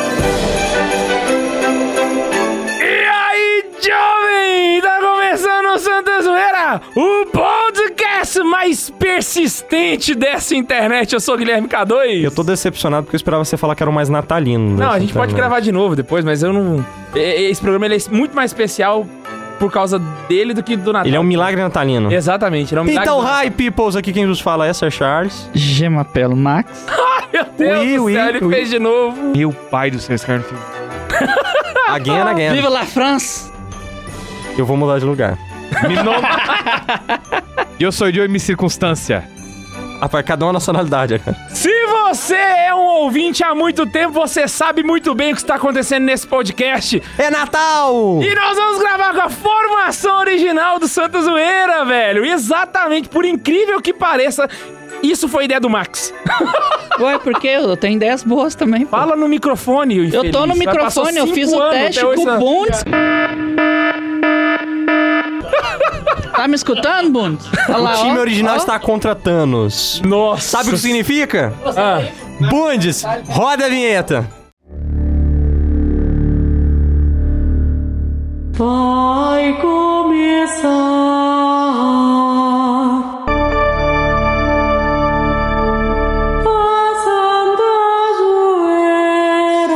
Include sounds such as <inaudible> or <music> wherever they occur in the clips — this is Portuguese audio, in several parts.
tá persistente dessa internet. Eu sou o Guilherme K2. Eu tô decepcionado porque eu esperava você falar que era o mais natalino. Não, dessa a gente pode internet. gravar de novo depois, mas eu não. e- e- Esse programa ele é muito mais especial por causa dele do que do Natal. Ele é um milagre natalino. Exatamente, ele é um milagre. Então, do- hi, peoples! Aqui quem nos fala é Sir Charles. Gemapelo Max. <laughs> Meu Deus Ui, do ui, céu, ele ui. fez de novo. Meu pai do céu, esse cara não fica- Tá, Again, again. Viva la France! é Eu vou mudar de lugar. Mi nome... <laughs> Eu sou de minha circunstância. Rapaz, Ah, cada uma nacionalidade. cara. Se você é um ouvinte há muito tempo, você sabe muito bem o que está acontecendo nesse podcast. É Natal! E nós vamos gravar com a formação original do Santa Zoeira, velho. Exatamente, por incrível que pareça, isso foi ideia do Max. Ué, porque eu tenho ideias boas também. pô. Fala no microfone, o Eu tô no infeliz. Passou microfone, eu cinco fiz o anos teste até com hoje né? o essa- Bundes. Tá me escutando, Bundes? tá, Olha lá, O time ó, original ó. está contra Thanos. Nossa. Sabe o que significa? Ah. Bundes, roda a vinheta. Então, Vai começar a Santa Joera.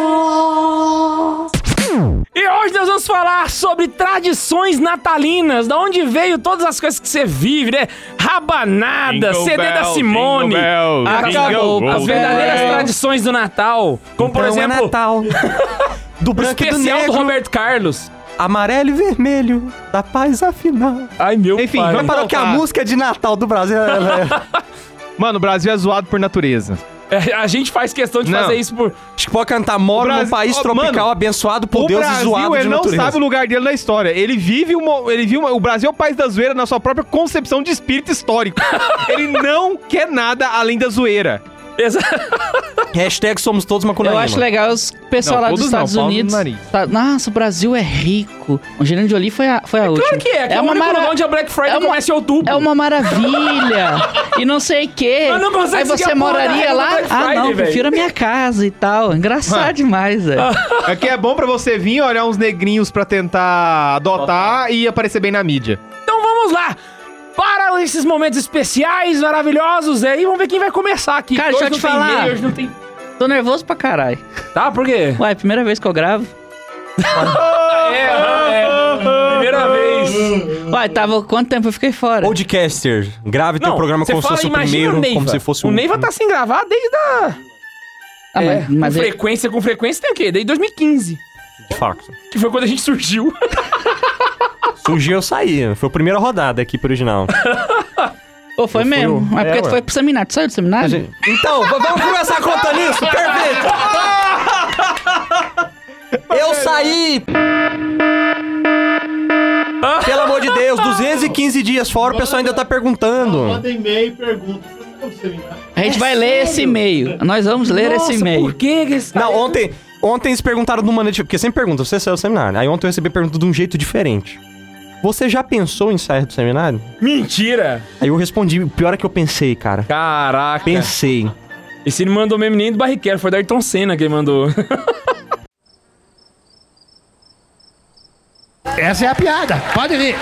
E hoje nós vamos falar sobre tradições natalinas, da onde veio todas as coisas que você vive, né? Rabanada, Jingle CD da bell, Simone. jingle bell, Acabou. jingle As verdadeiras bell. tradições do Natal. Como, por Então exemplo, é <laughs> Natal. Do o branco e do especial do, negro, Roberto Carlos. amarelo e vermelho, da paz afinal. Ai, meu Enfim, pai. Mas vamos- parou que a voltar. música é de Natal do Brasil ela é... Mano, o Brasil é zoado por natureza. É, a gente faz questão de Não. fazer isso por... <laughs> Acho que pode cantar moro O num Brasil- país Ó, tropical mano, abençoado por o Deus e Brasil, zoado de ele não natureza. sabe o lugar dele na história. Ele vive uma, ele vive uma- o Brasil é o país da zoeira na sua própria concepção de espírito <laughs> histórico. ele não quer nada além da zoeira. Exa- <laughs> Hashtag somos todos Eu macunaíma. acho é legal os pessoal Não, lá dos todos não, Estados Paulo no Unidos. nariz. tá- Nossa, o Brasil é rico. O Angelina Jolie foi a, foi a última. Claro que é, que é, o único lugar onde a Black Friday é uma- começa em outubro. É uma maravilha. <laughs> e não sei o quê. Eu não consigo Aí seguir a você porra da moraria regra lá? do Black ah, Friday, não, velho. prefiro a minha casa e tal. Engraçado Ah. demais, velho. Aqui é bom pra você vir olhar uns negrinhos pra tentar adotar e aparecer bem na mídia. Então vamos lá. Para esses momentos especiais, maravilhosos aí, vamos ver quem vai começar aqui. Cara, Hoje deixa eu te não tem falar. e-mail, hoje não tem... Tô nervoso pra caralho. Tá, por <laughs> quê? Ué, primeira vez que eu gravo. É, é. Primeira vez. Ué, tava quanto tempo eu fiquei fora? Podcaster, grave teu programa você como se fala, fosse o imagina primeiro, o Neiva. como se fosse um- o Neiva tá sem gravar desde a... Ah, É, mas, mas com ele- frequência, com frequência tem o quê? Desde 2015, de facto. que foi quando a gente surgiu. Surgiu eu saí. Foi a primeira rodada da equipe original. Pô, foi eu fui mesmo. o- Mas É, porque tu ué. foi pro seminário. Tu saiu do seminário? então, v- vamos começar contando isso? Perfeito! Eu saí! Pelo amor de Deus, 215 dias fora, o pessoal ainda tá perguntando. Manda e-mail e pergunta. Você sabe como você me dá? A gente vai ler esse e-mail. Nós vamos ler Nossa, esse e-mail. por que que esse... Não, ontem, ontem eles perguntaram de uma maneira, tipo, porque sempre perguntam, você saiu do seminário. Aí ontem eu recebi a pergunta de um jeito diferente. Você já pensou em sair do seminário? Mentira! Aí eu respondi, o pior é que eu pensei, cara. Caraca. Pensei. E se ele mandou mesmo nem do Barrichello, foi da Ayrton Senna que ele <laughs> mandou. Essa é a piada. Pode vir.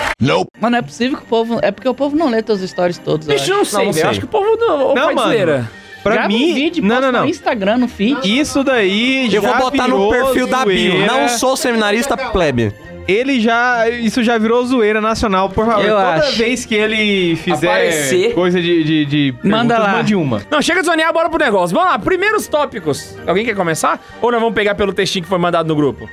Mas não é possível que o povo. É porque o povo não lê tuas histórias todas. eu Bicho, acho. eu não sei, Não, não velho. Eu sei. Acho que o povo do o Não, pai de mano. zoeira. Pra Grava mim, um vídeo, não, posta não, não. no Instagram, no feed. Isso daí Eu já vou botar no virou perfil da bio. zoeira. Não sou seminarista plebe. Ele já. Isso já virou zoeira nacional, por favor. Eu Toda acho. vez que ele fizer Aparecer. coisa de. de, de Manda perguntas, lá. Mande uma. Não, chega de zonear, bora pro negócio. Vamos lá, primeiros tópicos. Alguém quer começar? Ou nós vamos pegar pelo textinho que foi mandado no grupo?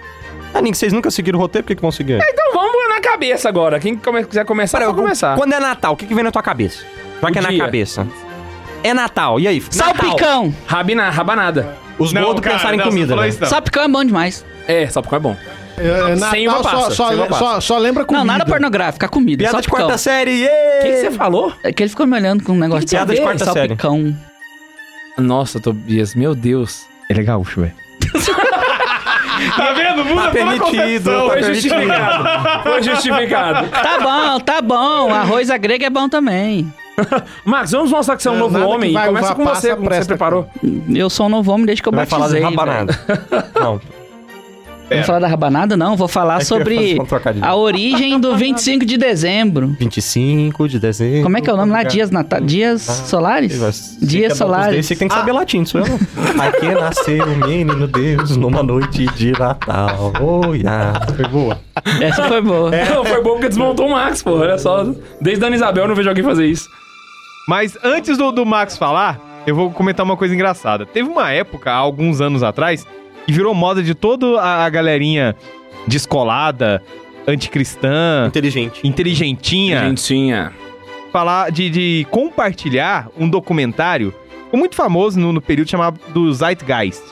Ah, nem que vocês nunca seguiram o roteiro, por que que vão seguir? Então vamos na cabeça agora. Quem come- quiser começar, Pera, pode eu- começar. Quando é Natal, o que, que vem na tua cabeça? Já O que é na dia. cabeça. É Natal, e aí? Natal. Salpicão! Rabina, rabanada. Os Não, gordos cara, pensaram em não, comida, você falou né? isso não. Salpicão é bom demais. É, só porque é bom. É, Sem Natal uva passa, só, só, sem uva só, só lembra comida. Não, nada pornográfico, é comida. Piada de salpicão. quarta série, O que que você ê! falou? É que ele ficou me olhando com um negócio Piada de quarta série. salpicão. Nossa, Tobias, meu Deus. Ele é gaúcho, velho. tá vendo? Tá Muda toda a permitido, concepção. tá Foi permitido. justificado. Foi <laughs> justificado. Tá bom, tá bom. Arroz à grega é bom também. Max, vamos mostrar que você é um É, novo nada que homem. vai, e começa uva com passa, você, como você presta. preparou. Eu sou um novo homem desde que eu Vai falar de né? batizei. velho. rabanada. Não. Pera. Vamos falar da rabanada? Não, vou falar que eu ia sobre fazer um trocadilho. a origem do 25 de dezembro. 25 de dezembro. Como é que é o nome lá? Dias, Nata... Dias Ah, Solares? Você que é Dias da Opus Dei, Solares. Você que tem que saber latim, não sou eu não. Aqui nasceu o menino Deus numa noite de Natal. Oh, yeah. Foi boa. Essa foi boa. É. Não, foi bom porque desmontou o Max, pô. Olha só. Desde a Ana Isabel eu não vejo alguém fazer isso. Mas antes do, do Max falar, eu vou comentar uma coisa engraçada. Teve uma época, há alguns anos atrás, que virou moda de toda a, a galerinha descolada, anticristã, Inteligente. inteligentinha, Gentinha. falar de, de compartilhar um documentário ficou muito famoso no, no período chamado do Zeitgeist.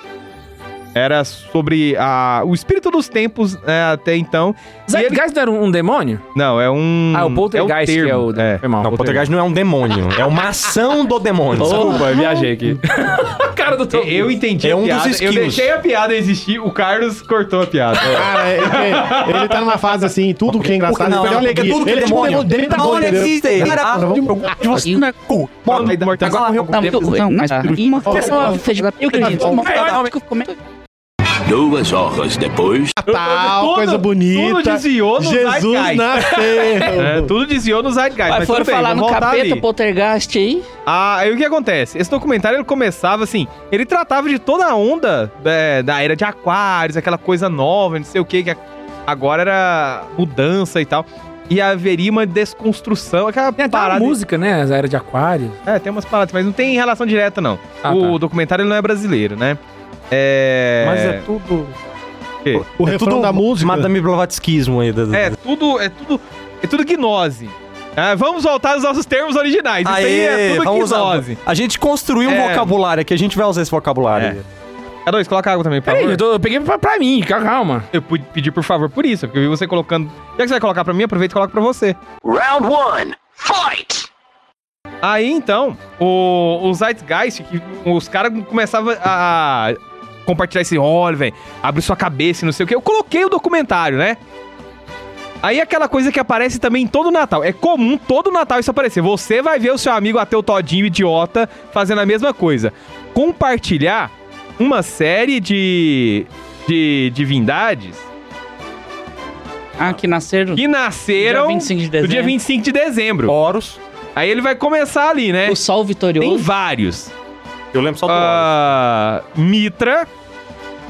Era sobre a, o espírito dos tempos né, até então. E ele- Zeitgeist não era um, um demônio? Não, é um. ah, o Poltergeist termo, que é o... é. Foi mal. Não, o Poltergeist não é um demônio. É uma ação do demônio. Desculpa, eu viajei aqui. <laughs> a cara do Tom. Eu entendi É a um dos piada, eu skills. deixei a piada existir, o Carlos cortou a <laughs> piada. Cara, ele, ele tá numa fase assim, tudo que é engraçado, ele pega alegria. Ele é tipo um tá demônio, é entendeu? Cara, vamos- Fala aí da Mortal Kombat. Tá muito ruim. Mas, ah, e uma pessoa fez lá- Eu acredito. Como é que- Duas horas depois. Natal, Tudo- coisa Tudo bonita. desviou no Jesus Zeitgeist. É, nasceu. tudo desviou no Zeitgeist. Mas mas foram tudo bem, falar vamos no voltar capeta ali. poltergeist aí. Ah, aí o que acontece? Esse documentário ele começava assim, ele tratava de toda a onda é, da era de Aquários, aquela coisa nova, não sei o que, que a- agora era mudança e tal. E haveria uma desconstrução, aquela Tem até É, uma parada. música, né? A Era de Aquário. É, tem umas paradas, mas não tem relação direta, não. Ah, o documentário ele não é brasileiro, né? É. Mas é tudo. O é refrão tudo da música. Madame Blavatskyismo aí. Das... É tudo, é tudo, é tudo gnose. Ah, vamos voltar aos nossos termos originais. Isso aí é tudo vamos usar. gnose. A gente construiu um É. vocabulário aqui, a gente vai usar esse vocabulário. K2, coloca água também, por Peraí, favor. eu, tô- eu peguei pra, pra mim, calma. Eu pude pedir por favor por isso, porque eu vi você colocando. Já que você vai colocar pra mim, aproveita e coloca pra você. Round one. Fight! Aí então, o, o Zeitgeist, que os caras começavam a compartilhar esse óleo, velho, abre sua cabeça e não sei o que. Eu coloquei o documentário, né? Aí aquela coisa que aparece também em todo Natal. É comum todo Natal isso aparecer. Você vai ver o seu amigo ateu todinho idiota fazendo a mesma coisa. Compartilhar uma série de, de divindades Ah, que nasceram. que nasceram Dia 25 de no dia dezembro. 25 de dezembro. Horus. Aí ele vai começar ali, né? O sol Tem vitorioso. vários. Eu lembro só do Horus. Ah, Mitra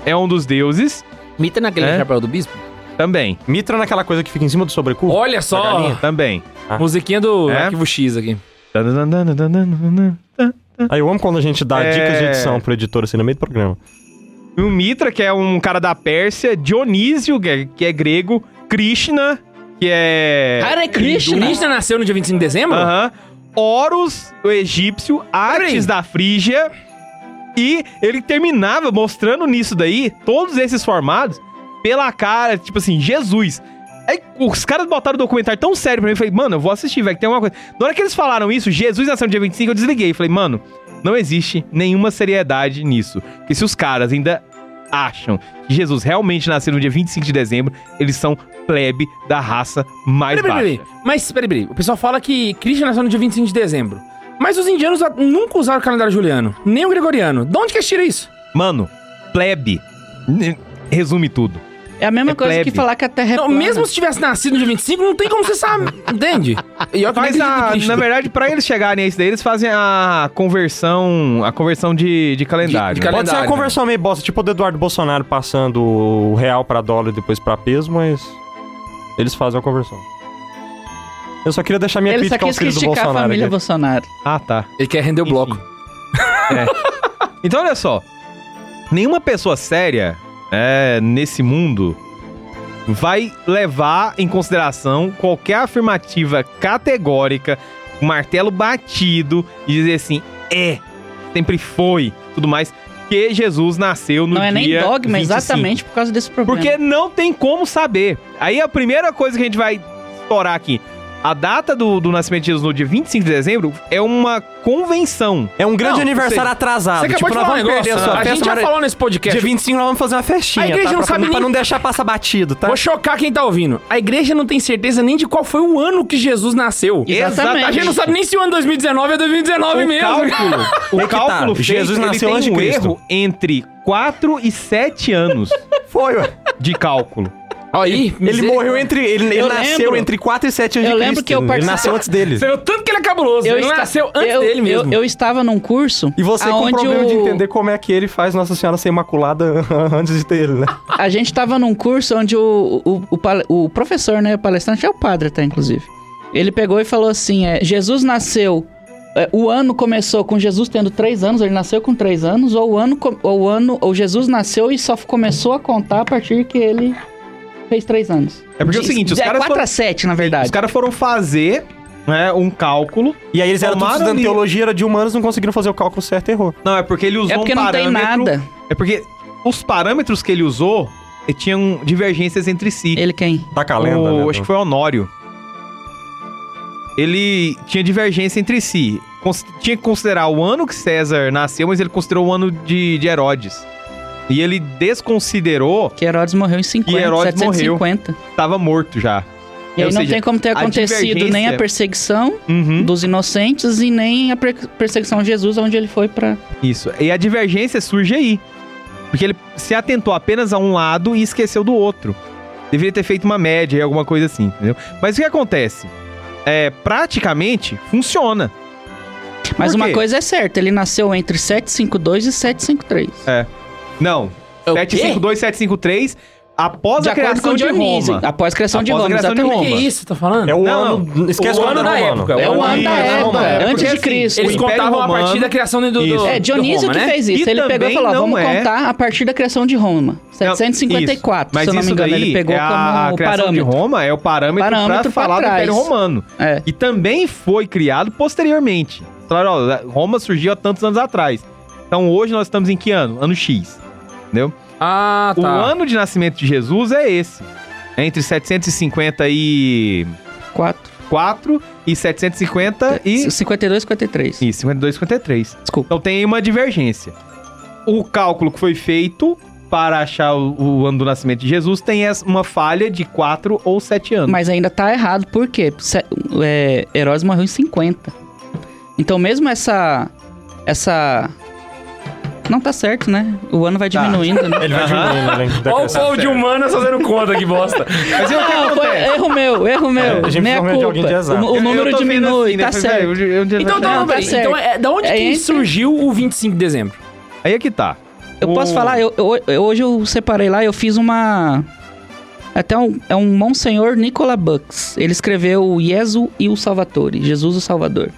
é um dos deuses Mita naquele É? chapéu do bispo? também. Mitra é naquela coisa que fica em cima do sobrecu. Olha só. Também. Musiquinha do É? Arquivo X aqui. Aí Ah, eu amo quando a gente dá É. dicas de edição pro editor assim no meio do programa. E O Mitra, que é um cara da Pérsia, Dionísio, que é, que é grego, Krishna, que é. Hare O Krishna. Krishna nasceu no dia 25 de dezembro? Aham. Horus, o egípcio, Ares da Frígia. E ele terminava mostrando nisso daí, todos esses formados, pela cara, tipo assim, Jesus. Aí os caras botaram o documentário tão sério pra mim, eu falei, mano, eu vou assistir, vai que tem alguma coisa. Na hora que eles falaram isso, Jesus nasceu no dia 25, eu desliguei. Falei, mano, não existe nenhuma seriedade nisso. Porque se os caras ainda acham que Jesus realmente nasceu no dia 25 de dezembro, eles são plebe da raça mais Peraí, peraí, baixa. peraí. Mas, peraí, peraí. O pessoal fala que Krishna nasceu no dia 25 de dezembro. Mas os indianos a- nunca usaram o calendário juliano, nem o gregoriano. De onde que eles tiram isso? Mano, plebe. N- Resume tudo. É a mesma É coisa que plebe. falar que a Terra é Não, plana. mesmo assim, se tivesse nascido no dia 25, não tem como você saber. Entende? E olha é que eu Mas nem acredito a- em Krishna. na verdade, pra eles chegarem a isso daí, eles fazem a conversão, a conversão de, de calendário. De- de calen- Pode ser uma calendário, né? conversão meio bosta, tipo o do Eduardo Bolsonaro passando o real pra dólar e depois pra peso, mas eles fazem a conversão. Eu só queria deixar minha Ele só crítica aos quis filhos é do criticar a Bolsonaro. né? família aqui. Bolsonaro. Ah, tá. Ele quer render o bloco. <laughs> Então, olha só. Nenhuma pessoa séria é, nesse mundo vai levar em consideração qualquer afirmativa categórica, um martelo batido e dizer assim, é, sempre foi, tudo mais, que Jesus nasceu no Não é nem dia dogma, 25. exatamente por causa desse problema. Porque não tem como saber. Aí a primeira coisa que a gente vai explorar aqui, a data do, do nascimento de Jesus no dia 25 de dezembro é uma convenção. É um grande Não, aniversário atrasado. Você acabou tipo, de nós falar um vamos perder negócio. a né? sua A festa. gente já mas falou nesse podcast. Dia 25 nós vamos fazer uma festinha, A igreja tá? não pra, sabe pra nem- não deixar passar batido, tá? Vou chocar quem tá ouvindo. A igreja não tem certeza nem de qual foi o ano que Jesus nasceu. Exatamente. A gente não sabe nem se o ano 2019 é 2019 é o mesmo. <laughs> cálculo, o É que tá, cálculo feito, Jesus ele um nasceu tem antes de um Cristo. erro entre 4 e 7 anos. Foi, ué. de cálculo. Aí, Ele morreu entre. Ele, ele Eu nasceu lembro- entre 4 e 7 anos eu de lembro Cristo. que eu Ele participava- nasceu antes dele. Você viu tanto que ele é cabuloso. ele esta- nasceu antes eu- dele mesmo. Eu, eu estava num curso. E você com aonde problema de o- entender como é que ele faz Nossa Senhora ser imaculada <laughs> antes de ter ele, né? A gente estava num curso onde o, o, o pale- o professor, né? O palestrante é o padre, tá? Inclusive. Ele pegou e falou assim: é, Jesus nasceu. é, o ano começou com Jesus tendo três anos, ele nasceu com três anos, ou o ano, co- ou o ano, ou Jesus nasceu e só começou a contar a partir que ele fez três anos. É porque é o seguinte, os é caras 4 foram, a 7, na verdade. os caras foram fazer né, um cálculo. E aí eles eram todos Tomaram estudando ali. teologia, era de humanos, não conseguiram fazer o cálculo certo e errou. Não, é porque ele usou É porque um não tem parâmetro. nada. É porque os parâmetros que ele usou eh, tinham divergências entre si. Ele quem? Tá com a lenda, O- né? Acho que foi Honório. Ele tinha divergência entre si. Cons- tinha que considerar o ano que César nasceu, mas ele considerou o ano de, de Herodes. E ele desconsiderou Que Herodes morreu em 50, Que Herodes morreu. 750. que estava morto já. E aí Ou não seja, tem como ter a acontecido nem a divergência- perseguição Uhum. dos inocentes e nem a pre- perseguição de Jesus, onde ele foi pra. Isso. E a divergência surge aí. Porque ele se atentou apenas a um lado e esqueceu do outro. Deveria ter feito uma média e alguma coisa assim, entendeu? Mas o que acontece? É, praticamente funciona. Mas Por uma quê? coisa é certa, ele nasceu entre 752 e 753. Não. É o quê? 752, 753, após de a acordo com criação de Dionísio. Roma. Após a criação de Após a Roma, criação de exatamente. Que isso, tá falando? É o Não, ano. Esquece o ano da romano. época, É É o Roma, ano da Roma, época, Roma. antes Porque de assim, Cristo. Eles o Império contavam a partir Romano- da criação do, do, Isso. do É, Dionísio Roma, que né? fez isso. E ele pegou e também falou: não vamos é- contar a partir da criação de Roma. 754, Mas se eu não me isso engano. daí Ele pegou é a como um criação parâmetro. de Roma é o parâmetro, Parâmetro para pra falar do trás. Império Romano. É. E também foi criado posteriormente. Claro, ó, Roma surgiu há tantos anos atrás. Então hoje nós estamos em que ano? Ano X. Entendeu? Ah, O tá. ano de nascimento de Jesus é esse. É entre 754 4, e 750 e... 52, 53. Isso, 52 53. Desculpa. Então tem uma divergência. O cálculo que foi feito para achar o, o ano do nascimento de Jesus tem essa- uma falha de 4 ou 7 anos. Mas ainda tá errado, por quê? Se- é, Herodes morreu em 50. Então mesmo essa. Essa. Não tá certo, né? O ano vai Tá. diminuindo, né? Ele vai diminuindo, <laughs> né? Olha o povo de humanas fazendo conta, que <laughs> bosta. <laughs> Mas eu, o que Não, foi acontece? erro meu, erro meu. É, a gente Meia precisa de alguém de culpa. azar. O, o Eu- eu número tô vendo diminui, assim, né? tá Falei, velho, certo. onde- onde vai Então, chegar? tá, Não, tá peraí. certo. então é, da onde É que entre- surgiu o 25 de dezembro? Aí é que tá. Eu O- posso falar, eu, eu- eu- hoje eu separei lá, eu fiz uma. Até um, é um Monsenhor Nicola Bucks. Ele escreveu o Jesu e o Salvatore, Jesus o Salvador.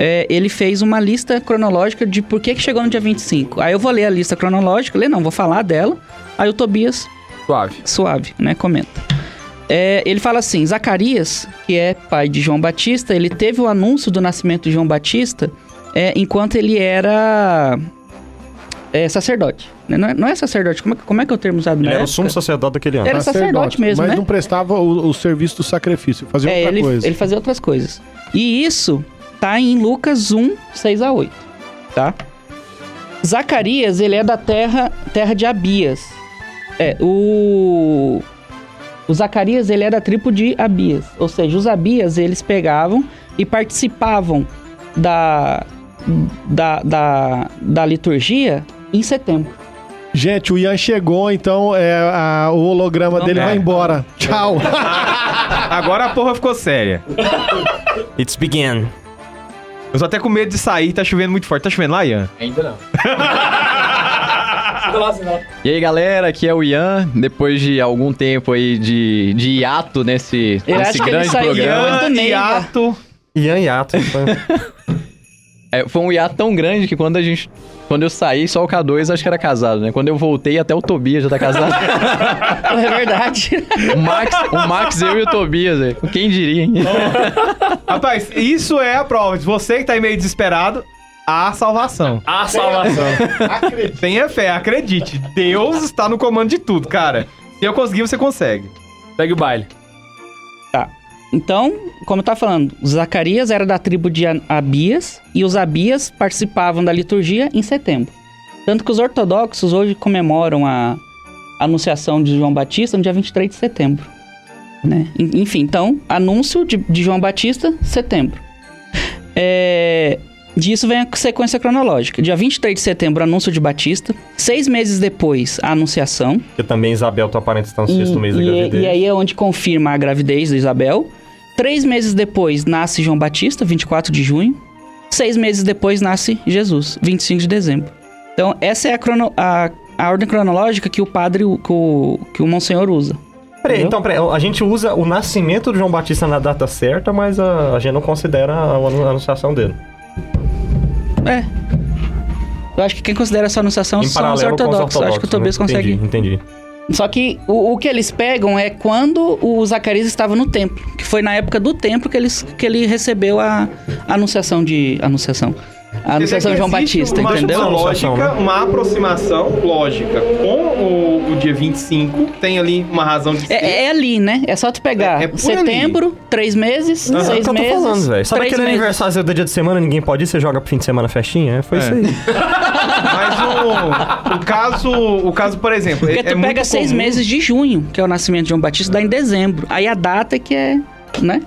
É, ele fez uma lista cronológica de por que, que chegou no dia 25. Aí eu vou ler a lista cronológica, ler não, vou falar dela. Aí o Tobias Suave. suave, né? Comenta. É, ele fala assim: Zacarias, que é pai de João Batista, ele teve o anúncio do nascimento de João Batista é, enquanto ele era é, sacerdote. né? Não é, não é sacerdote, como é, que- como é que é o termo usado? na Ele era o época? sumo sacerdote daquele ano. Era sacerdote mesmo, Tá Mas né? não prestava o, o serviço do sacrifício, fazia é, outra ele, coisa. ele fazia outras coisas. E isso tá em Lucas 1, 6 a 8, tá? Zacarias, ele é da terra, terra de Abias. É, o... O Zacarias, ele é da tribo de Abias. Ou seja, os Abias, eles pegavam e participavam da, da, da, da liturgia em <laughs> setembro. Gente, o Ian chegou, então é, a- o holograma Não dele é. vai embora. <laughs> Tchau. Tá Agora a porra ficou séria. It's begin. Eu tô até com medo de sair, tá chovendo muito forte. Tá chovendo lá, Ian? Ainda não. E aí galera, aqui é o Ian. Depois de algum tempo aí de, de hiato nesse, Eu nesse acho que ele grande saiu- programa. Ian, Ian, Neiva. hiato. Ian Yato. então. É, foi um hiato tão grande que quando a gente. Quando eu saí, só o K2 acho que era casado, né? Quando eu voltei, até o Tobias já tá casado. <laughs> É verdade. o, Max, o Max, eu e o Tobias, velho. Quem diria, hein? Rapaz, isso é a prova. Se você que tá aí meio desesperado, há salvação. A salvação. Tenha fé, acredite. Deus está no comando de tudo, cara. Se eu conseguir, você consegue. Segue o baile. Então, como eu tava falando, Zacarias era da tribo de A- Abias e os Abias participavam da liturgia em setembro. Tanto que os ortodoxos hoje comemoram a anunciação de João Batista no dia 23 de setembro. Né? En- Enfim, então, anúncio de, de João Batista, setembro. É, Disso vem a sequência cronológica. Dia 23 de setembro, anúncio de Batista. Seis meses depois, a anunciação. Porque também Isabel, tá tua parente, está no E, sexto mês da e- gravidez. e aí é onde confirma a gravidez da Isabel. Três meses depois nasce João Batista, 24 de junho. Seis meses depois nasce Jesus, 25 de dezembro. Então, essa é a, crono- a- a ordem cronológica que o padre, que o, que o monsenhor usa. Peraí, Entendeu? então, peraí, a gente usa o nascimento de João Batista na data certa, mas a, a gente não considera a, anu- a anunciação dele. É. Eu acho que quem considera essa anunciação em são os paralelo com os ortodoxos. ortodoxos. Eu acho que o Tobias né? consegue. Entendi, entendi. Só que o, o que eles pegam é quando o Zacarias estava no templo, que foi na época do templo que, eles, que ele recebeu a anunciação de. Anunciação. A anunciação de João um Batista, uma entendeu? Uma lógica, Anunciação, né? uma aproximação lógica com o, o dia 25, tem ali uma razão de ser. É, é ali, né? É só tu pegar É- é por setembro, três meses, Não, é o seis que eu tô meses. falando, velho. Sabe três aquele meses. aniversário do dia de semana, ninguém pode ir, você joga pro fim de semana festinha? É, Foi isso aí. Mas o, o caso, o caso, por exemplo, Porque é, tu é pega muito seis comum. meses de junho, que é o nascimento de João Batista, dá em dezembro. Aí a data que é, né?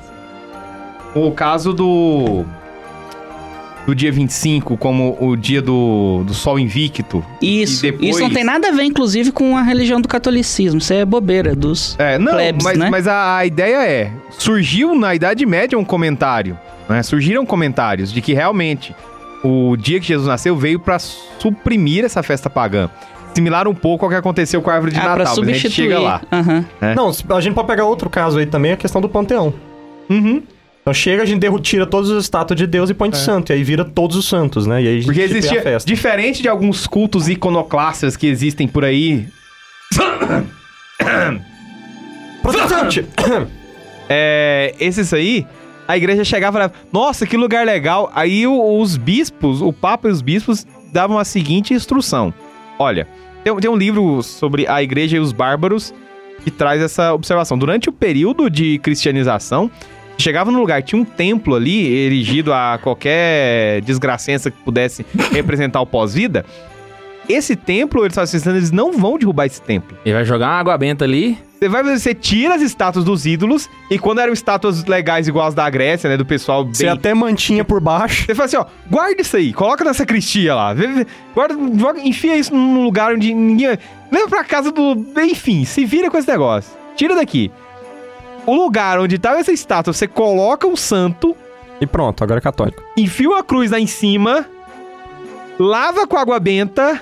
O caso do. Do dia 25, como o dia do, do Sol Invicto. Isso. E depois- Isso não tem nada a ver, inclusive, com a religião do catolicismo. Isso é bobeira dos. É, não, Plebs, mas, né? mas a, a ideia é: surgiu na Idade Média um comentário, né? Surgiram comentários de que realmente o dia que Jesus nasceu veio pra suprimir essa festa pagã. Similar um pouco ao que aconteceu com a árvore É de Ah, pra Natal, mas a gente substituir. chega lá. Aham. É. Não, a gente pode pegar outro caso aí também, a questão do panteão. Uhum. Então chega, a gente derru- tira todos os estátuas de Deus e põe de santo, e aí vira todos os santos, né? E aí a gente Porque tem existia, a festa. diferente de alguns cultos iconoclastas que existem por aí, Protestante! É, esses aí, a igreja chegava e falava, nossa, que lugar legal. Aí o- os bispos, o Papa e os bispos davam a seguinte instrução. Olha, tem, tem um livro sobre a igreja e os bárbaros que traz essa observação. Durante o período de cristianização, chegava num lugar, tinha um templo ali, erigido a qualquer desgracença que pudesse representar o pós-vida. Esse templo, eles estavam pensando, eles não vão derrubar esse templo. Ele vai jogar uma água benta ali. Você vai você tira as estátuas dos ídolos e quando eram estátuas legais igual as da Grécia, né, do pessoal bem... Você até mantinha por baixo. Você fala assim, ó, guarda isso aí, coloca na sacristia lá, vê- vê- guarda, joga- enfia isso num lugar onde ninguém... Leva pra casa do... Enfim, se vira com esse negócio. Tira daqui. O lugar onde tava essa estátua, você coloca um santo, E pronto, agora é católico. enfia uma cruz lá em cima, lava com água benta,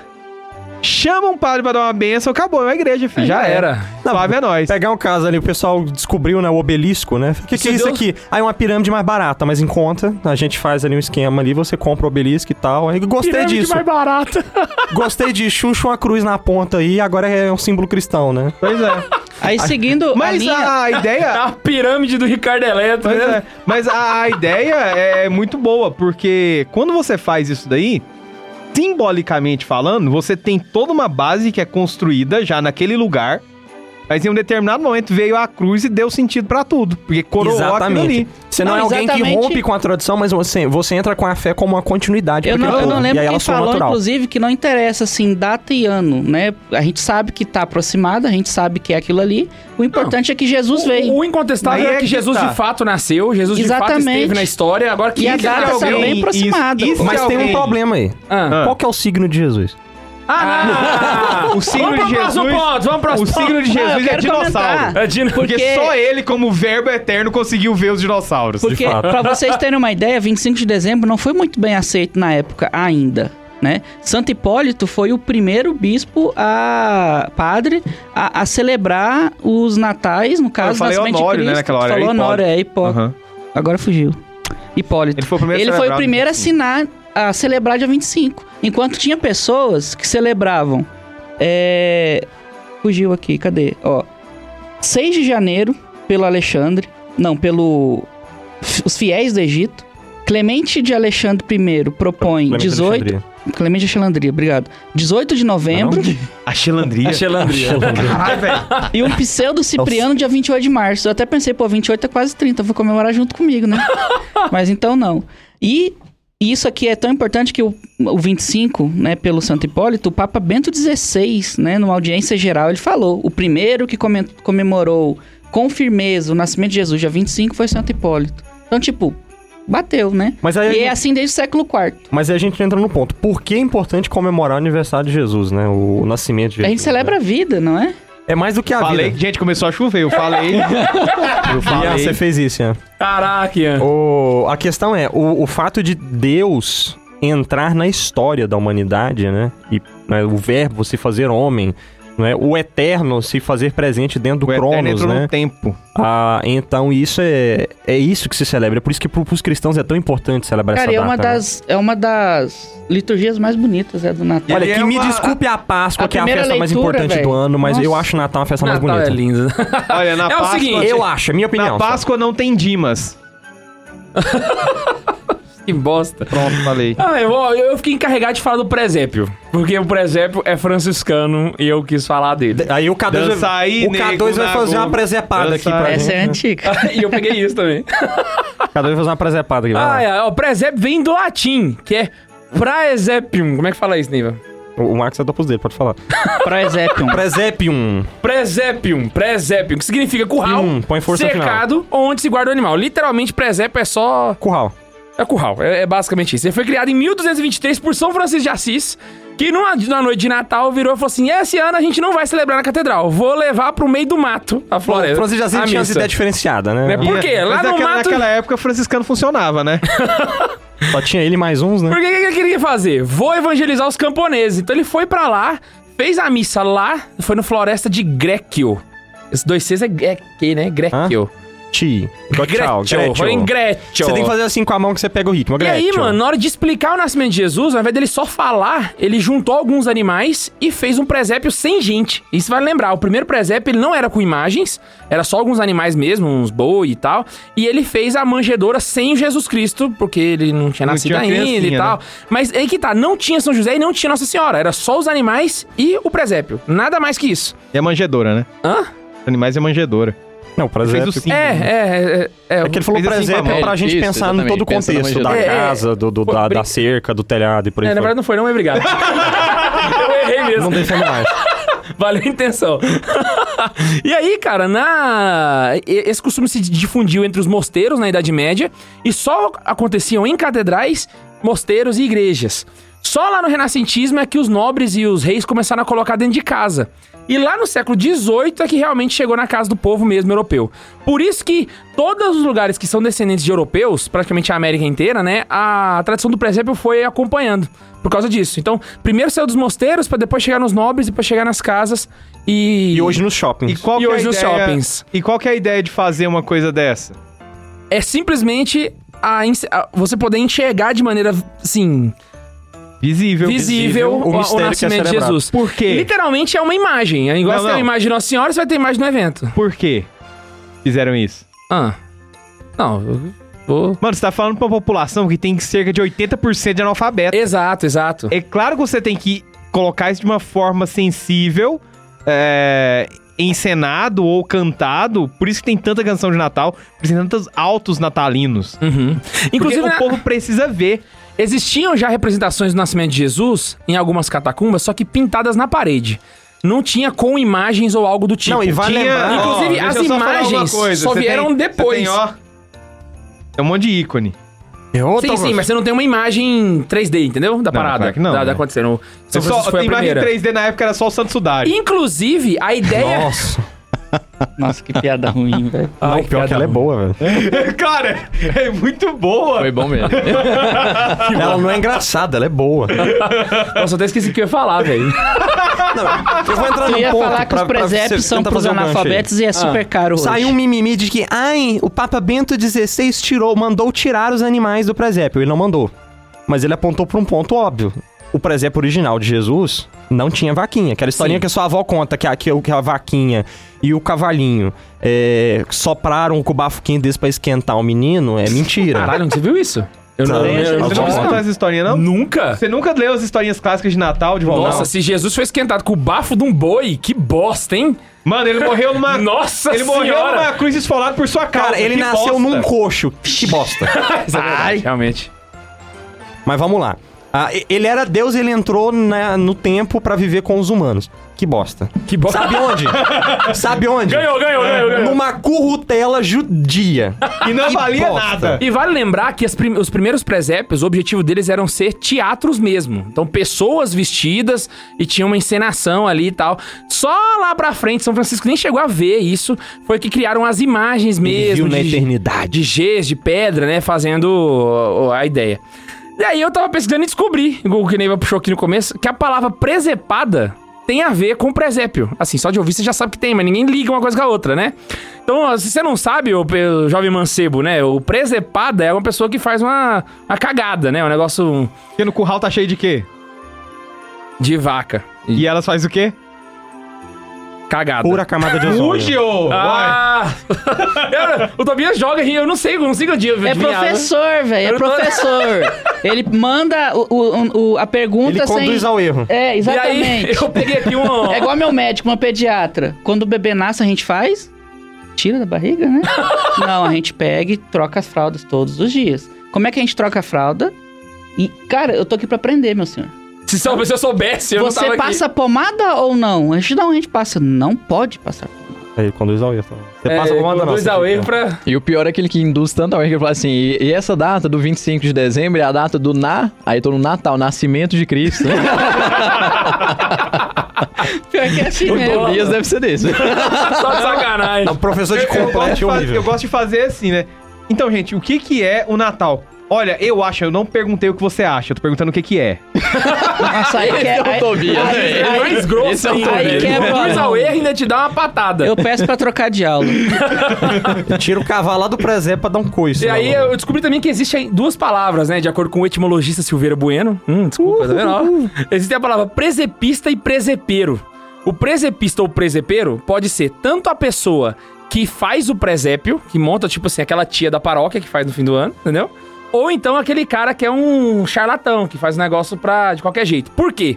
chama um padre pra dar uma benção, acabou, é uma igreja, filho, já, era. Suave é <laughs> nóis. Pegar um caso ali, o pessoal descobriu, né, o obelisco, né? O que, que é isso Deus- aqui? Ah, é uma pirâmide mais barata, mas em conta, a gente faz ali um esquema ali, você compra o obelisco e tal. Aí, gostei disso. mais barata. <laughs> Gostei de Xuxa uma cruz na ponta aí, agora é um símbolo cristão, né? Pois é. Aí seguindo a Mas linha... a, a ideia... a pirâmide do Ricardo Eletro, Pois né? é. Mas a, a ideia é muito boa, porque quando você faz isso daí, simbolicamente falando, você tem toda uma base que é construída já naquele lugar. Mas em um determinado momento veio a cruz e deu sentido pra tudo. Porque coroou aquilo ali. Você não, Não, é alguém que exatamente. rompe com a tradição, mas você, você entra com a fé como uma continuidade. Eu pra não, aquele eu povo, e não lembro aí quem ela soa falou, natural. inclusive, que não interessa, assim, data e ano, né? A gente sabe que tá aproximado, a gente sabe que é aquilo ali. O importante é que Jesus veio. O, o incontestável Aí é é que que Jesus tá. de fato nasceu, Jesus de fato Exatamente. esteve na história, agora que E a que data alguém- tá bem isso- aproximada. isso Mas é tem um alguém- problema aí. Ah, Qual que é o signo de Jesus? ah, não. O signo vamos de pro próximo Jesus- ponto, vamos pro O próximo signo de Ah, eu Jesus é quero dinossauro. comentar. É de- Porque... Porque- só ele, como verbo eterno, conseguiu ver os dinossauros. Porque, fato. pra vocês terem uma ideia, 25 de dezembro não foi muito bem aceito na época ainda, né? Santo Hipólito foi o primeiro bispo a... padre a, a celebrar os natais, no caso, falei nascimento Honório, de né, Cristo. naquela hora, Tu era Falou Honório, é Hipólito. Aham. Agora fugiu. Hipólito. Ele foi o primeiro a assim. Ele foi o celebrar no primeiro a 25. assinar, a celebrar dia 25. Enquanto tinha pessoas que celebravam. é, Fugiu aqui, cadê? Ó. 6 de janeiro, pelo Alexandre. Não, pelo. f- Os fiéis do Egito. Clemente de Alexandre I propõe Clemente de 18. Alexandria. Clemente de Alexandria, obrigado. 18 de novembro. A Xelandria. A Xelandria. Caralho, velho. E um pseudo Cipriano dia 28 de março. Eu até pensei, pô, 28 é quase 30, vou comemorar junto <laughs> comigo, né? Mas então não. E isso aqui é tão importante que o, o 25, né, pelo Santo Hipólito, o Papa Bento XVI, né, numa audiência geral, ele falou: o primeiro que comen- comemorou com firmeza o nascimento de Jesus, dia 25, foi Santo Hipólito. Então, tipo, Bateu, né? Mas aí, a E é gente- assim desde o século IV. mas aí a gente entra no ponto. Por que é importante comemorar o aniversário de Jesus, né? O, nascimento de A Jesus. gente celebra a vida, não é? É mais do que a Falei, vida. gente, começou a chover, <laughs> eu falei. Eu falei. Ian, você fez isso, Ian. Caraca, Ian. O- a questão é, o, o fato de Deus entrar na história da humanidade, né? E né, o verbo se fazer homem, né? o eterno se fazer presente dentro do o Eterno Cronos, entrou né? no tempo. Ah, então isso é, é isso que se celebra. É por isso que pro- pros cristãos é tão importante celebrar Cara, essa é data. uma, né? das, é uma das liturgias mais bonitas é, do Natal. Olha, Ele que é me uma- desculpe a Páscoa, a que é a primeira festa mais leitura, importante velho. do ano, mas eu Nossa. acho o Natal uma festa Natal mais é bonita. lindo. Olha, na É o Páscoa. seguinte, eu acho, é minha opinião. né? na só. Páscoa não tem Dimas. que bosta. Pronto, falei. Ah, eu, eu fiquei encarregado de falar do presépio. Porque o presépio é franciscano e eu quis falar dele. <laughs> Aí o K2, Dança vai- aí, o K2 nego, vai na fazer uma Globo. presepada aqui Dança pra aí. gente. né? Essa é antiga. e eu peguei isso também. O K2 vai fazer uma presepada aqui. vai lá. Ah, é, ó, o presépio vem do latim, que é praesepium. Como é que fala isso, Neiva? O o Marcos é do opus dele, pode falar. Proesepium. Presépium. Presépium, presépium, que significa curral, Hum, põe força no final. cercado onde se guarda o animal. Literalmente, presépio é só Curral. É curral, é, é basicamente isso. Ele foi criado em 1223 por São Francisco de Assis, que numa, na noite de Natal virou e falou assim: esse ano a gente não vai celebrar na catedral, vou levar pro meio do mato a floresta. Francisco de a Assis tinha essa missa." ideia diferenciada, É, né? por quê? Mas Lá no naquela, mato. naquela época, o franciscano funcionava, né? Só tinha ele e mais uns, né? Porque o que que ele queria fazer? Vou evangelizar os camponeses. Então ele foi pra lá, fez a missa lá, foi no floresta de Grecchio. Esses dois Cs é, é que, né? Grecchio. Ti. Tchau, tchau. Grecchio. Foi em Grecchio. Você tem que fazer assim com a mão que você pega o ritmo. E aí, Gretchen. mano, na hora de explicar o nascimento de Jesus, ao invés dele só falar, ele juntou alguns animais e fez um presépio sem gente. Isso vale lembrar, o primeiro presépio ele não era com imagens, era só alguns animais mesmo, uns boi e tal. E ele fez a manjedoura sem o Jesus Cristo, porque ele não tinha Não nascido tinha ainda e criancinha, tal. Mas aí que tá, não tinha São José e não tinha Nossa Senhora, era só os animais e o presépio. Nada mais que isso. E a manjedora, né? Hã? Animais e a manjedora. Não, o Fez presépio... o sim. É, é, é. é, É que ele falou Fez assim com a presépio mão. pra gente Isso, pensar em exatamente, todo o pensa na contexto da manjedoura. É, é. casa, do, do- da, Pô, brin- da cerca, do telhado e por É, aí na fora. verdade não foi, não, obrigado. <laughs> Eu errei mesmo. Não defendo mais. Valeu a intenção. <laughs> e aí, cara, na e- esse costume se difundiu entre os mosteiros na Idade Média e só aconteciam em catedrais, mosteiros e igrejas. Só lá no Renascentismo é que os nobres e os reis começaram a colocar dentro de casa. E lá no século XVIII é que realmente chegou na casa do povo mesmo europeu. Por isso que todos os lugares que são descendentes de europeus, praticamente a América inteira, né, a tradição do presépio foi acompanhando por causa disso. Então, primeiro saiu dos mosteiros pra depois chegar nos nobres e para chegar nas casas e E hoje nos E shoppings. qual E que é a hoje nos ideia- shoppings. E qual que é a ideia de fazer uma coisa dessa? é simplesmente a, ens- a- você poder enxergar de maneira assim Visível. visível, o o, o mistério que é nascimento de celebrado. Jesus. Por quê? Literalmente é uma imagem. Igual Não, você tem não. a imagem de Nossa Senhora, você vai ter a imagem no evento. Por quê? Fizeram isso. Ah. Não, eu vou... Mano, você tá falando pra uma população que tem cerca de 80% de analfabeto. Exato, exato. <laughs> É claro que você tem que colocar isso de uma forma sensível, é, encenado ou cantado. Por isso que tem tanta canção de Natal, por isso que tem tantos altos natalinos. Uhum. Inclusive, Inclusive, É. o na- povo precisa ver. Existiam já representações do nascimento de Jesus em algumas catacumbas, só que pintadas na parede. Não tinha com imagens ou algo do tipo. Não, e vai Tinha- lembrar... Ó, Inclusive, deixa as eu só falar uma imagens só Você vieram tem- você depois. Tem, ó, é um monte de ícone. É outra Sim, sim, coisa. mas você não tem uma imagem 3D, entendeu? Da Não, parada. claro que não, Da, da né? acontecendo. São só, Francisco foi a tem imagem primeira. 3D na época, era só o Santo Sudário. Inclusive, a ideia. Nossa, Nossa, que piada ruim, velho. Ai, não, pior que cada ela é um. boa, velho. <laughs> Cara, é muito boa. Foi bom mesmo. Ela não é engraçada, ela é boa. Nossa, eu até esqueci o que eu ia falar, velho. Eu vou entrar Tu ia falar que os um pra- pra presépios você são tentar pros fazer um gancho aí. analfabetos e é super caro hoje. Saiu um mimimi de que, ai, o Papa Bento XVI tirou, mandou tirar os animais do presépio. Ele não mandou. Mas ele apontou pra um ponto óbvio. O presépio original de Jesus não tinha vaquinha. Aquela historinha Sim. que a sua avó conta, que a, que o- que a vaquinha e o cavalinho é, sopraram com o bafo quente desse pra esquentar o menino, é mentira. Caralho, você viu isso? Eu Não, eu Você não Vamos lá. escutou essa historinha, não? Nunca? Você nunca leu as historinhas clássicas de Natal de Waldorf? Nossa, se Jesus foi esquentado com o bafo de um boi, que bosta, hein? Mano, ele morreu numa. Nossa Ah, ele morreu senhora! <laughs> numa cruz esfolada por sua causa. Cara, ele que nasceu bosta. num coxo. Que bosta. Isso é verdade, realmente. Mas vamos lá. Ah, e- ele era Deus e ele entrou na- no tempo pra viver com os humanos. Que bosta. Que bosta. É, Sabe onde? Sabe onde? Ganhou, ganhou, ganhou, ganhou. Numa currutela judia. E não Que valia bosta. nada. E vale lembrar que as prim- os primeiros presépios, o objetivo deles eram ser teatros mesmo. Então, pessoas vestidas e tinha uma encenação ali e tal. Só lá pra frente, São Francisco nem chegou a ver isso. Foi que criaram as imagens mesmo. Viu na de- eternidade. de Gs, de pedra, né? Fazendo ó, ó, a ideia. E aí eu tava pesquisando e descobri, igual o que o Neiva puxou aqui no começo, que a palavra presepada tem a ver com presépio. Assim, só de ouvir você já sabe que tem, mas ninguém liga uma coisa com a outra, né? Então, ó, se você não sabe, o jovem mancebo, né? O presepada é uma pessoa que faz uma, uma cagada, né? Um negócio Porque no curral tá cheio de quê? de vaca. E elas fazem o quê? Cagada. Pura camada de ozônio. Fugio! Ah! <laughs> Eu- o Tobias joga e eu não sei, eu não consigo um adivinhar. né? É professor, velho. É Eu não tô- professor. Ele manda o- o- o- a pergunta Ele sem. conduz ao erro. E É, aí, <laughs> <laughs> exatamente. eu peguei aqui um... É igual meu médico, meu pediatra. Quando o bebê nasce, a gente faz? Tira da <laughs> barriga, né? Não, a gente pega e troca as fraldas todos os dias. Como é que a gente troca a fralda? E, cara, eu tô aqui pra aprender, meu senhor. Se, só, se eu soubesse, eu não Você tava aqui. passa pomada ou não? A gente não, a gente passa. Não pode passar. É, Ele conduz ao erro. Você É, passa com uma da conduz nossa. ao erro pra... <laughs> E o pior é aquele que induz tanto ao erro que ele fala assim: e, e essa data do 25 de dezembro é a data do Na. Aí tô no Natal, Nascimento de Cristo. né? Pior que é assim o mesmo. Tobias deve ser desse. Só de sacanagem. Não, professor de Eu gosto complete de, fazer, eu horrível. gosto de fazer assim, né? Então, gente, o que que é o Natal? Olha, eu acho, eu não perguntei o que você acha, eu tô perguntando o que que é. Nossa, aí que é. é o aí- Tobias, aí- né? É aí- mais grosso esse é o ainda, Tobias. né? Aí quebra. Conduz ao erro e ainda te dá uma patada. Eu peço pra trocar de aula. Tira o cavalo lá do presépio pra dar um coice. E aí maluco. eu descobri também que existem duas palavras, né? De acordo com o etimologista Silveira Bueno. Hum, desculpa, tá vendo? Ó. Existe a palavra presepista e presepeiro. O presepista ou presepeiro pode ser tanto a pessoa que faz o presépio, que monta, tipo assim, aquela tia da paróquia que faz no fim do ano, entendeu? Ou então aquele cara que é um charlatão, que faz o negócio pra, de qualquer jeito. Por quê?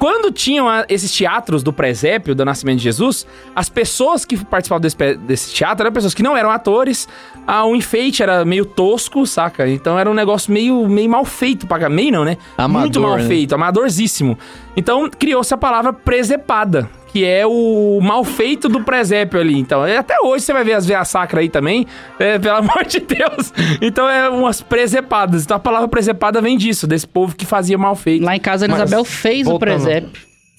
Quando tinham a- esses teatros do presépio, do Nascimento de Jesus, as pessoas que participavam desse, pe- desse teatro eram pessoas que não eram atores, ah, o enfeite era meio tosco, saca? Então era um negócio meio, meio mal feito, pra, meio não, né? Amador, Muito mal né? feito, amadorzíssimo. Então criou-se a palavra presepada, que é o mal feito do presépio ali. Então, é- até hoje você vai ver as veias sacra aí também, é, pelo <laughs> amor de Deus. Então é umas presepadas. Então a palavra presepada vem disso, desse povo que fazia mal feito. Lá em casa, a Ana Mas, Isabel fez o voltando. presépio.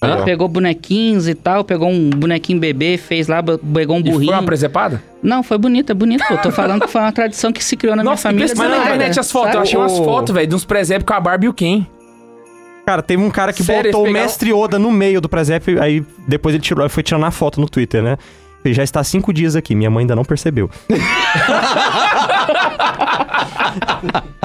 Aí, Ela ó. Pegou bonequinhos e tal, pegou um bonequinho bebê, fez lá, bo- pegou um E foi burrinho. uma presepada? Não, foi bonito, é bonito. Eu tô falando que foi uma tradição que se criou na Nossa, minha família. pesquisa na toda, internet as fotos. Eu sabe? achei umas O- fotos, velho, de uns presépios com a Barbie e o Ken. Cara, teve um cara que Sério, botou eles o pegaram- mestre Oda no meio do presépio, aí depois ele tirou, foi tirando a foto no Twitter, né? Ele já está há cinco dias aqui, minha mãe ainda não percebeu.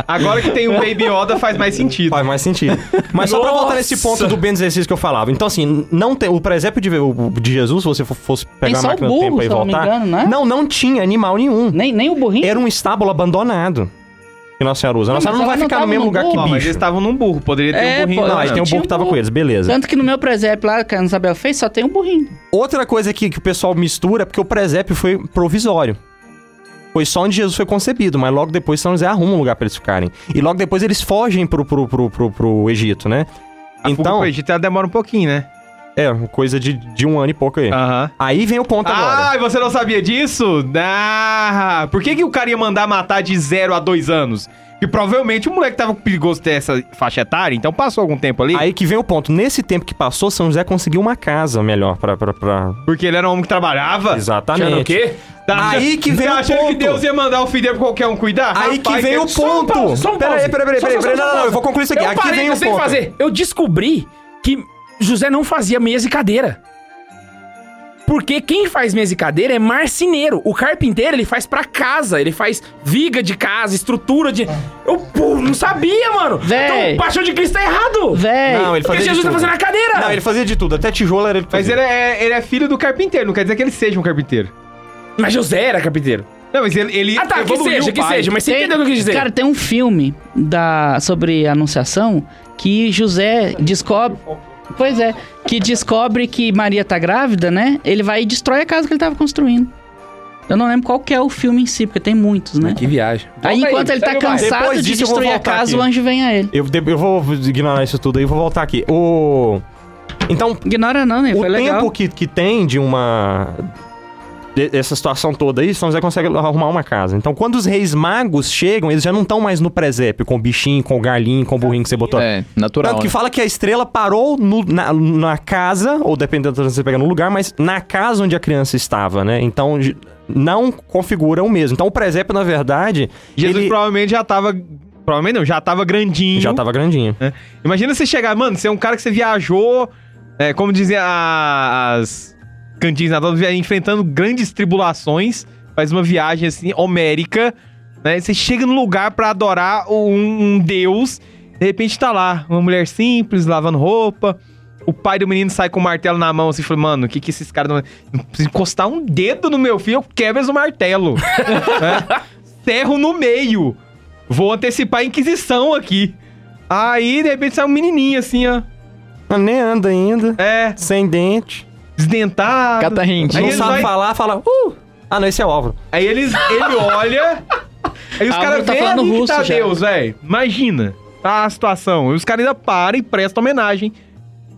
Agora que tem o Baby Yoda faz mais sentido. Faz mais sentido. <laughs> Mas só pra voltar nesse ponto do bem exercício que eu falava. Então, assim, não tem, o presépio de, o- de Jesus, se você fo- fosse pegar a só o máquina burro, do tempo e se eu não me voltar. engano, né? não, não tinha animal nenhum. Nem, nem o burrinho? Era um estábulo abandonado. Que Nossa Senhora usa. Não, Nossa Senhora mas não vai ela não ficar no tava mesmo no lugar burro. Ó, que mas eles bicho. estavam num burro, poderia ter É, um burrinho. pô, lá, Não, aí né? tem um Tinha burro que tava um com burro. eles, beleza. Tanto que no meu presépio lá, que a Ana Isabel fez, só tem um burrinho. Outra coisa aqui que o pessoal mistura é porque o presépio foi provisório. Foi só onde Jesus foi concebido, mas logo depois São José arruma um lugar pra eles ficarem. E logo depois eles fogem pro, pro, pro, pro, pro Egito, né? A fuga Então, pro Egito ela demora um pouquinho, né? é, coisa de, de um ano e pouco aí. Aham. Aí vem o ponto agora. Ah, e você não sabia disso? Ah, por que, que o cara ia mandar matar de 0 a 2 anos? E provavelmente o moleque tava com perigoso ter essa faixa etária, então passou algum tempo ali. Aí que vem o ponto. Nesse tempo que passou, São José conseguiu uma casa melhor pra. pra, pra... Porque ele era um homem que trabalhava. Tinha no Exatamente. quê? Tá Aí que vem tá o achando que ponto. Deus ia mandar o filho dele pra qualquer um cuidar? Aí que Rapaz, vem o só um ponto. pause, só um Peraí, pause. peraí, peraí, Só, peraí, só, peraí. só, um Não, não, só, não, só. eu vou concluir isso aqui. Eu Aqui parei, vem eu o sei ponto. fazer. Eu descobri que José não fazia mesa e cadeira. Porque quem faz mesa e cadeira é marceneiro. O carpinteiro, ele faz pra casa. Ele faz viga de casa, estrutura de... Eu pô, não sabia, mano. Véi. Então, o paixão de Cristo tá errado. Véi. Não, ele Porque fazia. Jesus de tá tudo. fazendo a cadeira. Não, ele fazia de tudo. Até tijolo era ele que Mas fazia. ele é, ele é filho do carpinteiro, não quer dizer que ele seja um carpinteiro. Mas José era carpinteiro. Não, mas ele. ele Ah, tá, que evoluiu, seja, que pai. seja. Mas você entendeu o que eu quis dizer. Cara, tem um filme da, sobre a Anunciação que José descobre. Pois é, que descobre que Maria tá grávida, né? Ele vai e destrói a casa que ele tava construindo. Eu não lembro qual que é o filme em si, porque tem muitos, né? Que viagem. Aí, enquanto ele tá cansado Depois de disso, eu vou destruir a voltar casa, aqui. o anjo vem a ele. Eu, de- eu vou ignorar isso tudo aí e vou voltar aqui. O. Então, Ignora não, É, né? o Foi legal. tempo que, que tem de uma. de- Essa situação toda aí, São José consegue arrumar uma casa. Então, quando os reis magos chegam, eles já não estão mais no presépio, com o bichinho, com o galinho, com o burrinho que você botou. É, natural. Tanto que né? fala que a estrela parou no- na, na casa, ou dependendo de onde você pega no lugar, mas na casa onde a criança estava, né? Então, j- não configura o mesmo. Então, o presépio, na verdade, Jesus ele provavelmente já tava. Provavelmente não, já tava grandinho. já tava grandinho. né? Imagina você chegar, mano, você é um cara que você viajou, é, como dizem a- as cantinhas natal, via- enfrentando grandes tribulações, faz uma viagem assim, homérica, né? Você chega num lugar pra adorar um, um deus, de repente tá lá, uma mulher simples, lavando roupa. O pai do menino sai com o martelo na mão, assim, falando, mano, o que que esses caras... Não... não precisa encostar um dedo no meu filho, eu quebro eles o martelo. <laughs> né? Serro no meio. Vou antecipar a Inquisição aqui. Aí, de repente, sai um menininho assim, ó. Ah, Nem anda ainda, É, sem dente. desdentado. Catarrente. Aí não ele sabe vai- falar, fala, uh! Ah, não, esse é o Álvaro. Aí eles, ele olha. Aí os Ah, caras tá veem falando ali que tá russo já. Deus, velho. Imagina tá a situação. E os caras ainda param e prestam homenagem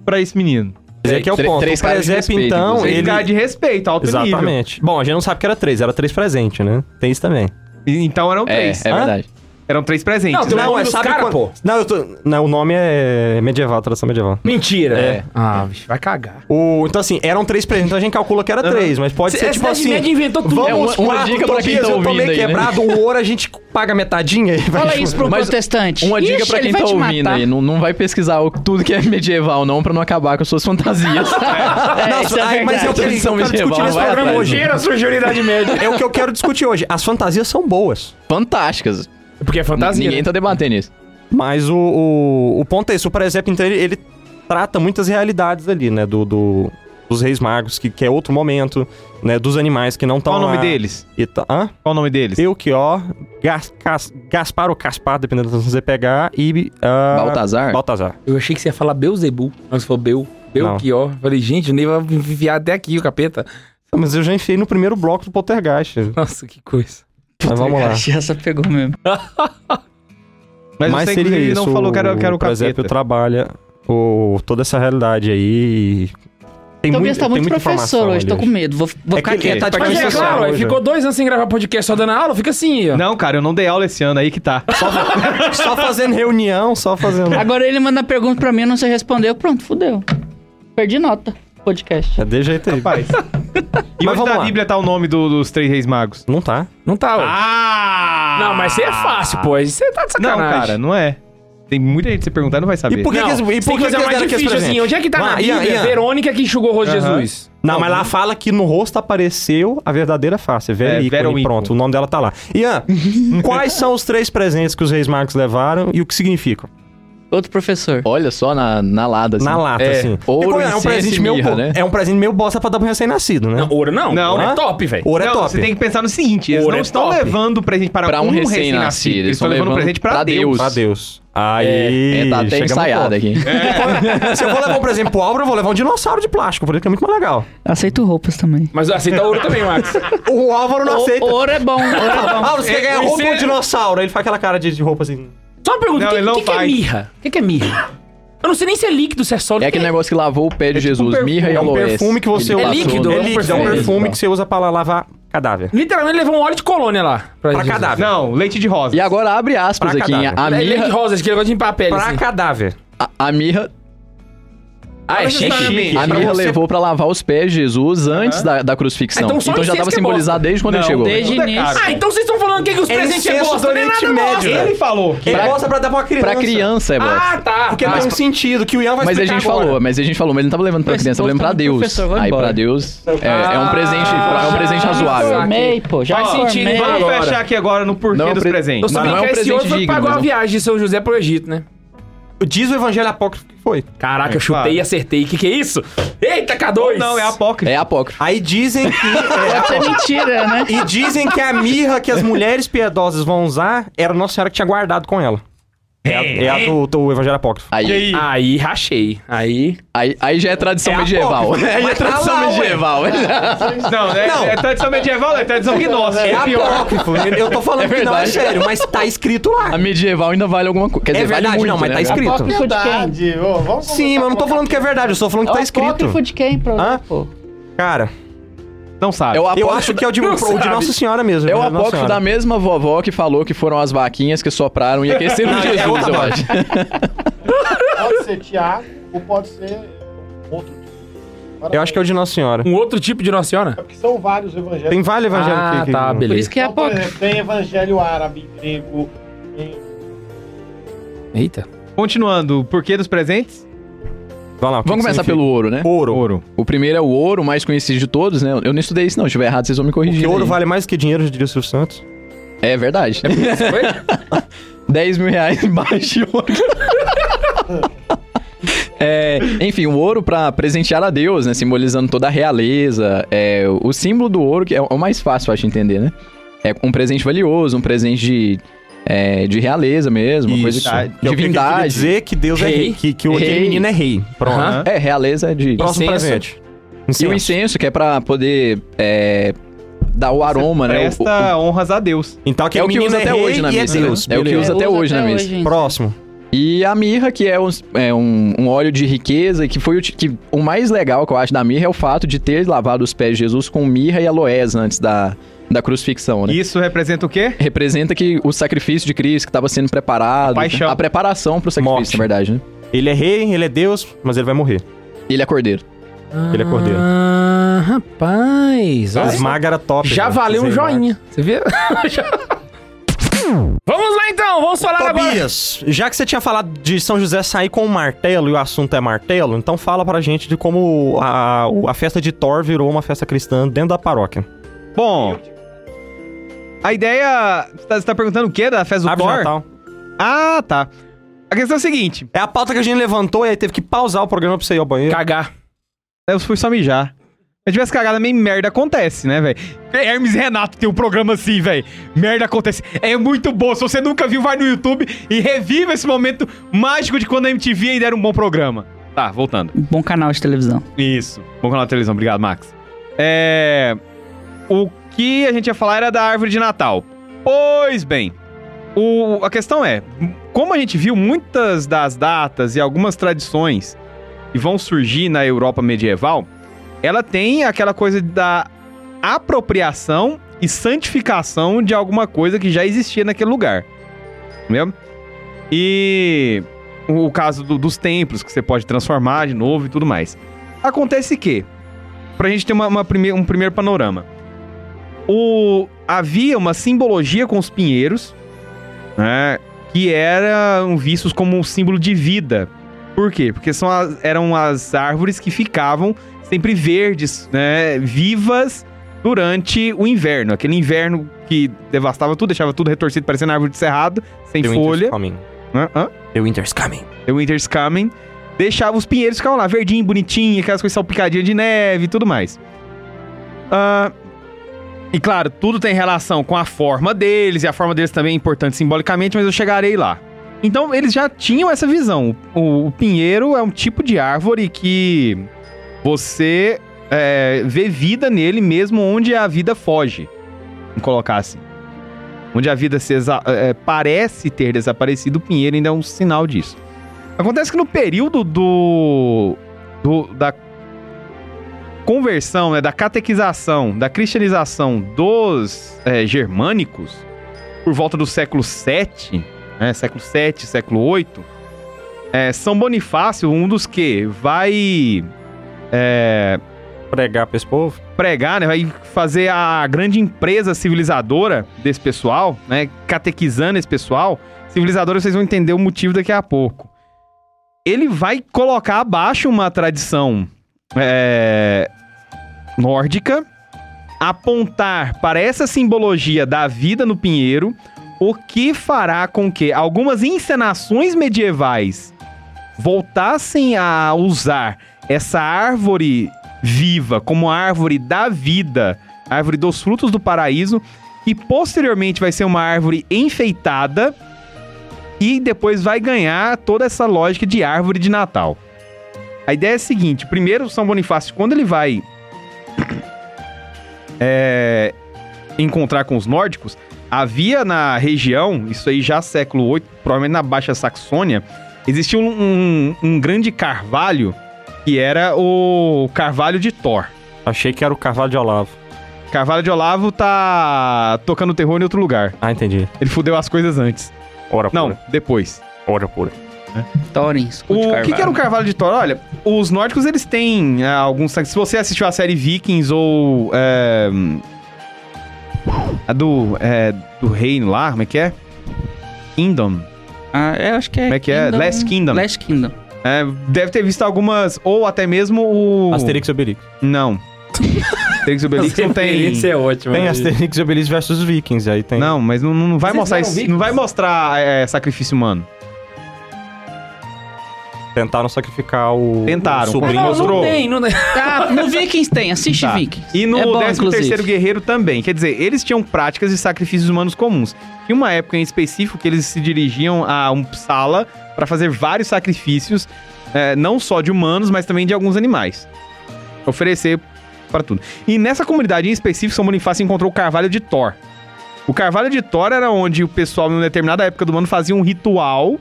pra esse menino. Esse aqui é o Três- ponto. três o caras de presépio, respeito, então, inclusive. Ele... ele... Cara é de respeito, alto nível. Exatamente. Bom, a gente não sabe que era três, era três presente, né? Tem isso também. E- Então eram É, três. é Hã? verdade. Eram três Não, presentes. tem né? um nome dos cara, quando- pô. Não, eu tô... Não, o nome é medieval, tradução medieval. Mentira. É. Ah, bicho, vai cagar. O... Então, assim, eram três presentes, então a gente calcula que era três, mas pode ser Essa tipo Idade assim... Média inventou tudo. um É, uma- Vamos, uma dica pra quem tá eu tô ouvindo meio aí, né? quebrado, o ouro a gente paga metadinha e vai... Fala isso pro Mas protestante. Uma dica Ixi, pra ele quem vai tá te ouvindo matar. né? aí, não, não vai pesquisar o- tudo que é medieval, não, pra não acabar com as <laughs> suas fantasias. É, Não, isso é ai, mas eu verdade. quero, eu Tradição quero discutir medieval, nesse vai programa atrás, hoje. né? surgiu a Idade Média. É o que eu quero discutir hoje. As fantasias são boas. Fantásticas. <laughs> Porque é fantasia. Ninguém né? tá debatendo isso. Mas o, o, o ponto é esse. O presépio, então, ele, ele trata muitas realidades ali, né? Do, do- dos reis magos, que, que é outro momento, né? Dos animais que não estão Qual o nome deles? E tá- hã? Qual o nome deles? Eu que, ó... Gas, Cas- Gaspar ou Caspar, dependendo de onde você pegar. E... ah, Baltazar? Baltazar. Eu achei que você ia falar Beuzebu. Mas foi Beu. Belchior. Falei, gente, o Ney vai enviar até aqui o capeta. Ah, Mas eu já enfiei no primeiro bloco do Poltergeist. Nossa, que coisa. Mas vamos <laughs> lá. Achei Essa pegou mesmo. Mas, Mas você, seria inclusive, isso. não falou que era, que era o presépio capeta. trabalha o, toda essa realidade aí. e Tem Tobias tá tem muito muita professor informação hoje, ali tô com medo. Vou, vou É ficar que- é, quieto. tá de Mas é Mas claro, aí hoje. ficou dois anos sem gravar podcast só dando aula, fica assim, ó. Não, cara, eu não dei aula esse ano, aí que <laughs> tá. Só fazendo reunião, só fazendo. Agora ele manda pergunta pra mim, eu não sei responder. eu, Pronto, fudeu. Perdi nota. Podcast. É de jeito aí. Rapaz. E Mas onde vamos da lá. Bíblia tá o nome do- dos três reis magos? Não tá. Não tá, ué. Ah! Não, mas você é fácil, pô. Você tá de Não, sacanagem. cara, não é. Tem muita gente se perguntar e não vai saber. E por que Não, que eles- e tem que por que fazer que mais eles deram difícil aqui assim. Onde é que tá Vai, na Bíblia? Ian, Ian. Verônica que enxugou o rosto de Aham. Jesus. Não, mas lá fala que no rosto apareceu a verdadeira face, É, Vera Vera ícone, Ícone. pronto, o nome dela tá lá. Ian, quais são os três presentes que os reis magos levaram e o que significam? Outro professor. Olha só na, na lada, assim. Na lata, é, assim. Ouro, Porque, incenso e meio mirra, bo- né? é um presente meio bosta pra dar pro recém-nascido, né? Não, ouro não. Não. Ouro é Hã? top, velho. Ouro é não, top. você tem que pensar no seguinte: eles Ouro não é estão top. levando presente para, Pra um um recém-nascido, recém-nascido. eles Eles estão tão levando levando presente pra para Deus. Deus. Pra Deus. Aí. É, tá até chegamos no ensaiado ponto. aqui. Se eu vou levar um presente pro Álvaro, eu vou levar um dinossauro de plástico, por isso que é muito mais legal. Aceito roupas também. Mas aceita ouro também, Max. O Álvaro não aceita. ouro é bom. Ouro é bom. Álvaro, você quer ganhar Esse roupa ou é- um dinossauro? Aí Ele faz aquela cara de, de roupa assim. Só uma pergunta, Não, o que, ele não que, que é faz. mirra? O que, que é mirra? Eu não sei nem se é líquido, se é sólido. É que aquele negócio que lavou o pé de Jesus, perfume. mirra e É um aloés. perfume que você usa. Ele É passou né? líquido, é no- um É um Perfeito. perfume que você usa pra lavar cadáver. Literalmente levou um óleo de colônia lá. Pra Jesus. cadáver. Não, leite de rosa. E agora abre aspas Pra aqui, hein? A cadáver. É leite mirra... rosa, aquele negócio de limpar a pele. Pra assim. cadáver. A, a mirra, Ah, é Mas chique. justamente, a pra mirra você- levou pra lavar os pés de Jesus antes da, da Ah, crucifixão. então Então, só já incenso tava que é simbolizado desde quando ele Não, chegou. Desde tudo é início. caro. Ah, então vocês estão falando que, que os presentes é incenso bosta, do não é nada Oriente bosta. Médio, né? Ele falou. Ele Pra- gosta pra dar pra uma criança. Pra criança é bosta. Ah, tá. Porque Ah, tem um mas- sentido que o Ian vai Mas a explicar gente agora. falou, mas a gente falou, mas ele não tava levando pra Esse criança, tava povo levando tá pra muito Deus. professor, vai Aí embora. pra Deus é, é um presente, é um presente Ah, Já razoável. formei, pô. Já Faz formei. Tá sentido, vai Vamos agora. fechar aqui agora no porquê Não é um dos pre- Eu presentes. Não, soube não é que um esse presente ouro foi digno, pagou a não. viagem de São José pro Egito, né? Diz o evangelho apócrifo que foi. Caraca, É, eu chutei claro. e acertei. Que que é isso? Eita, K2! Ou Não, é apócrifo. É apócrifo. Aí dizem que. é, Pode ser mentira, né? E dizem que a mirra que as mulheres piedosas vão usar era Nossa Senhora que tinha guardado com ela. É, a- é a do, do Evangelho Apócrifo. Aí, aí, Aí rachei. Aí. aí, já é tradição medieval. <laughs> aí é tradição medieval. Não, né? Não. É tradição medieval, é tradição gnóstica. É É pior. apócrifo. Eu tô falando que não é verdade. sério, mas tá escrito lá. a medieval ainda vale alguma É coisa. Quer dizer, verdade, vale muito, não, mas né, tá cara? escrito. Apócrifo de quem? Verdade. Ô, vamos Sim, mas eu não tô falando que é verdade, eu tô falando que tá é escrito. Apócrifo de quem, pro- Hã? pô? Cara, Não sabe. É o eu apócrifo acho que é o de, Não o de sabe. Nossa Senhora mesmo. É o né? Nossa apócrifo Senhora. da mesma vovó que falou que foram as vaquinhas que sopraram e aqueceram Não, é Jesus, outra eu parte. acho. Pode ser Tiago ou pode ser outro. Agora, Eu acho que é o de Nossa Senhora. Um outro tipo de Nossa Senhora? é porque são vários evangelhos. Tem vários evangelhos ah, Tá que- que. tá, Por beleza. isso que é Então, por apócrifo. exemplo, tem evangelho árabe, grego. tem- Eita. Continuando, o porquê dos presentes? Vamos lá. o que Vamos que começar significa? pelo ouro, né? ouro. Ouro. O primeiro é o ouro, o mais conhecido de todos, né? Eu não estudei isso, não. Se tiver errado, vocês vão me corrigir. Porque ouro aí. vale mais que dinheiro, diria o Silvio Santos. É <laughs> verdade. <laughs> 10 mil reais <laughs> embaixo de ouro. É, enfim, o ouro pra presentear a Deus, né? Simbolizando toda a realeza. É, o símbolo do ouro, que é o mais fácil, eu acho, de entender, né? É um presente valioso, um presente de, é, de realeza mesmo, uma Isso. Que é coisa de o que ele queria divindade. dizer que Deus é Rei. rei. Que, que o Rei. aquele menino é rei. Pronto. Aham. É, realeza é de. Próximo Incenso. presente. E o Incenso. incenso, que é pra poder é, dar o aroma, né? O- o- Presta honras a Deus. Então aquele é o que menino usa é até rei hoje na e é missa. né? Deus. É o que beleza. usa até né, hoje na missa. gente. Próximo. E a mirra, que é um, é um, um óleo de riqueza, e que foi o, ti- que, o mais legal que eu acho da mirra é o fato de ter lavado os pés de Jesus com mirra e aloés antes da, da crucifixão, né? Isso representa o quê? Representa que o sacrifício de Cristo que estava sendo preparado, A paixão. a preparação para o sacrifício, Morte. na verdade, né? Ele é rei, ele é Deus, mas ele vai morrer. Ele é cordeiro. Ele é cordeiro. Ah, rapaz. olha. Esmaga era top. né? Já cara. valeu um Desenho joinha. Você <laughs> viu? vamos lá então, vamos falar magro. agora. Tobias, já que você tinha falado de São José sair com um martelo e o assunto é martelo, então fala pra gente de como a, o- a festa de Thor virou uma festa cristã dentro da paróquia. Bom. A ideia. Você tá, você tá perguntando o quê da festa do Árvore de Thor? Natal. Ah, tá. A questão é a seguinte: É a pauta que a gente levantou e aí teve que pausar o programa pra você ir ao banheiro. Cagar. eu fui só mijar. Se eu tivesse cagado, meio merda acontece, né, velho? Hermes e Renato tem um programa assim, velho. Merda acontece. É muito bom. Se você nunca viu, vai no YouTube e reviva esse momento mágico de quando a MTV ainda era um bom programa. Tá, voltando. Bom canal de televisão. Isso. Bom canal de televisão, obrigado, Max. É. O que a gente ia falar era da árvore de Natal. Pois bem, o- a questão é: como a gente viu muitas das datas e algumas tradições que vão surgir na Europa medieval, ela tem aquela coisa da apropriação e santificação de alguma coisa que já existia naquele lugar. Entendeu? E o caso do- dos templos, que você pode transformar de novo e tudo mais. Acontece que, pra gente ter uma, uma prime- um primeiro panorama, o, havia uma simbologia com os pinheiros, né, que eram vistos como um símbolo de vida. Por quê? Porque são as- eram as árvores que ficavam sempre verdes, né, vivas durante o inverno. Aquele inverno que devastava tudo, deixava tudo retorcido, parecendo árvore de cerrado, sem The Winter's folha. Coming. Hã? Hã? The Winter's Coming. The Winter's Coming, deixava os pinheiros ficavam lá, verdinho, bonitinho, aquelas coisas salpicadinhas de neve e tudo mais. Ah, e claro, tudo tem relação com a forma deles, e a forma deles também é importante simbolicamente, mas eu chegarei lá. Então, eles já tinham essa visão. O, o pinheiro é um tipo de árvore que você é, vê vida nele mesmo onde a vida foge. Vamos colocar assim. Onde a vida se exa- é, parece ter desaparecido, o pinheiro ainda é um sinal disso. Acontece que no período do. do- da conversão, né, da catequização, da cristianização dos é, germânicos, por volta do século VII, né, século VII, século VIII, é, São Bonifácio, um dos que vai Pregar pra esse povo. pregar, né? Vai fazer a grande empresa civilizadora desse pessoal, né? Catequizando esse pessoal. Civilizadora, vocês vão entender o motivo daqui a pouco. Ele vai colocar abaixo uma tradição é, nórdica, apontar para essa simbologia da vida no pinheiro, o que fará com que algumas encenações medievais voltassem a usar essa árvore viva, como a árvore da vida, a árvore dos frutos do paraíso, que posteriormente vai ser uma árvore enfeitada e depois vai ganhar toda essa lógica de árvore de Natal. A ideia é a seguinte: primeiro, São Bonifácio, quando ele vai <coughs> é, encontrar com os nórdicos, havia na região, isso aí já século VIII, provavelmente na Baixa Saxônia, existia um, um- um grande carvalho que era o Carvalho de Thor. Achei que era o cavalo de Olavo. Carvalho de Olavo tá tocando terror em outro lugar. Ah, entendi. Ele fudeu as coisas antes. Ora Não, pura. depois. Ora pura. Thorin, escute O que, que era o Carvalho de Thor? Olha, os nórdicos eles têm ah, alguns. Se você assistiu a série Vikings ou. é, a do. é, do reino lá, como é que é? Kingdom. Ah, é, acho que é. Como é que é? Last Kingdom. Last Kingdom. É, deve ter visto algumas. Ou até mesmo o. Asterix e Obelix. Não. <laughs> Asterix e Obelix não tem. Isso é ótimo. Tem né? Asterix e Obelix versus Vikings, aí tem... Não, mas não, não vai Vocês mostrar viram isso. Não Vikings? vai mostrar é, sacrifício humano. Tentaram sacrificar o... Tentaram. o sobrinho. Não, não Mostrou. tem, não tem. Tá, no Vikings tem, assiste Tá. Vikings. E no é bom, 13 inclusive. terceiro guerreiro também. Quer dizer, eles tinham práticas de sacrifícios humanos comuns. Tinha uma época em específico que eles se dirigiam a um sala para fazer vários sacrifícios, eh, não só de humanos, mas também de alguns animais. Oferecer para tudo. E nessa comunidade em específico, São Bonifácio encontrou o Carvalho de Thor. O Carvalho de Thor era onde o pessoal, em uma determinada época do ano, fazia um ritual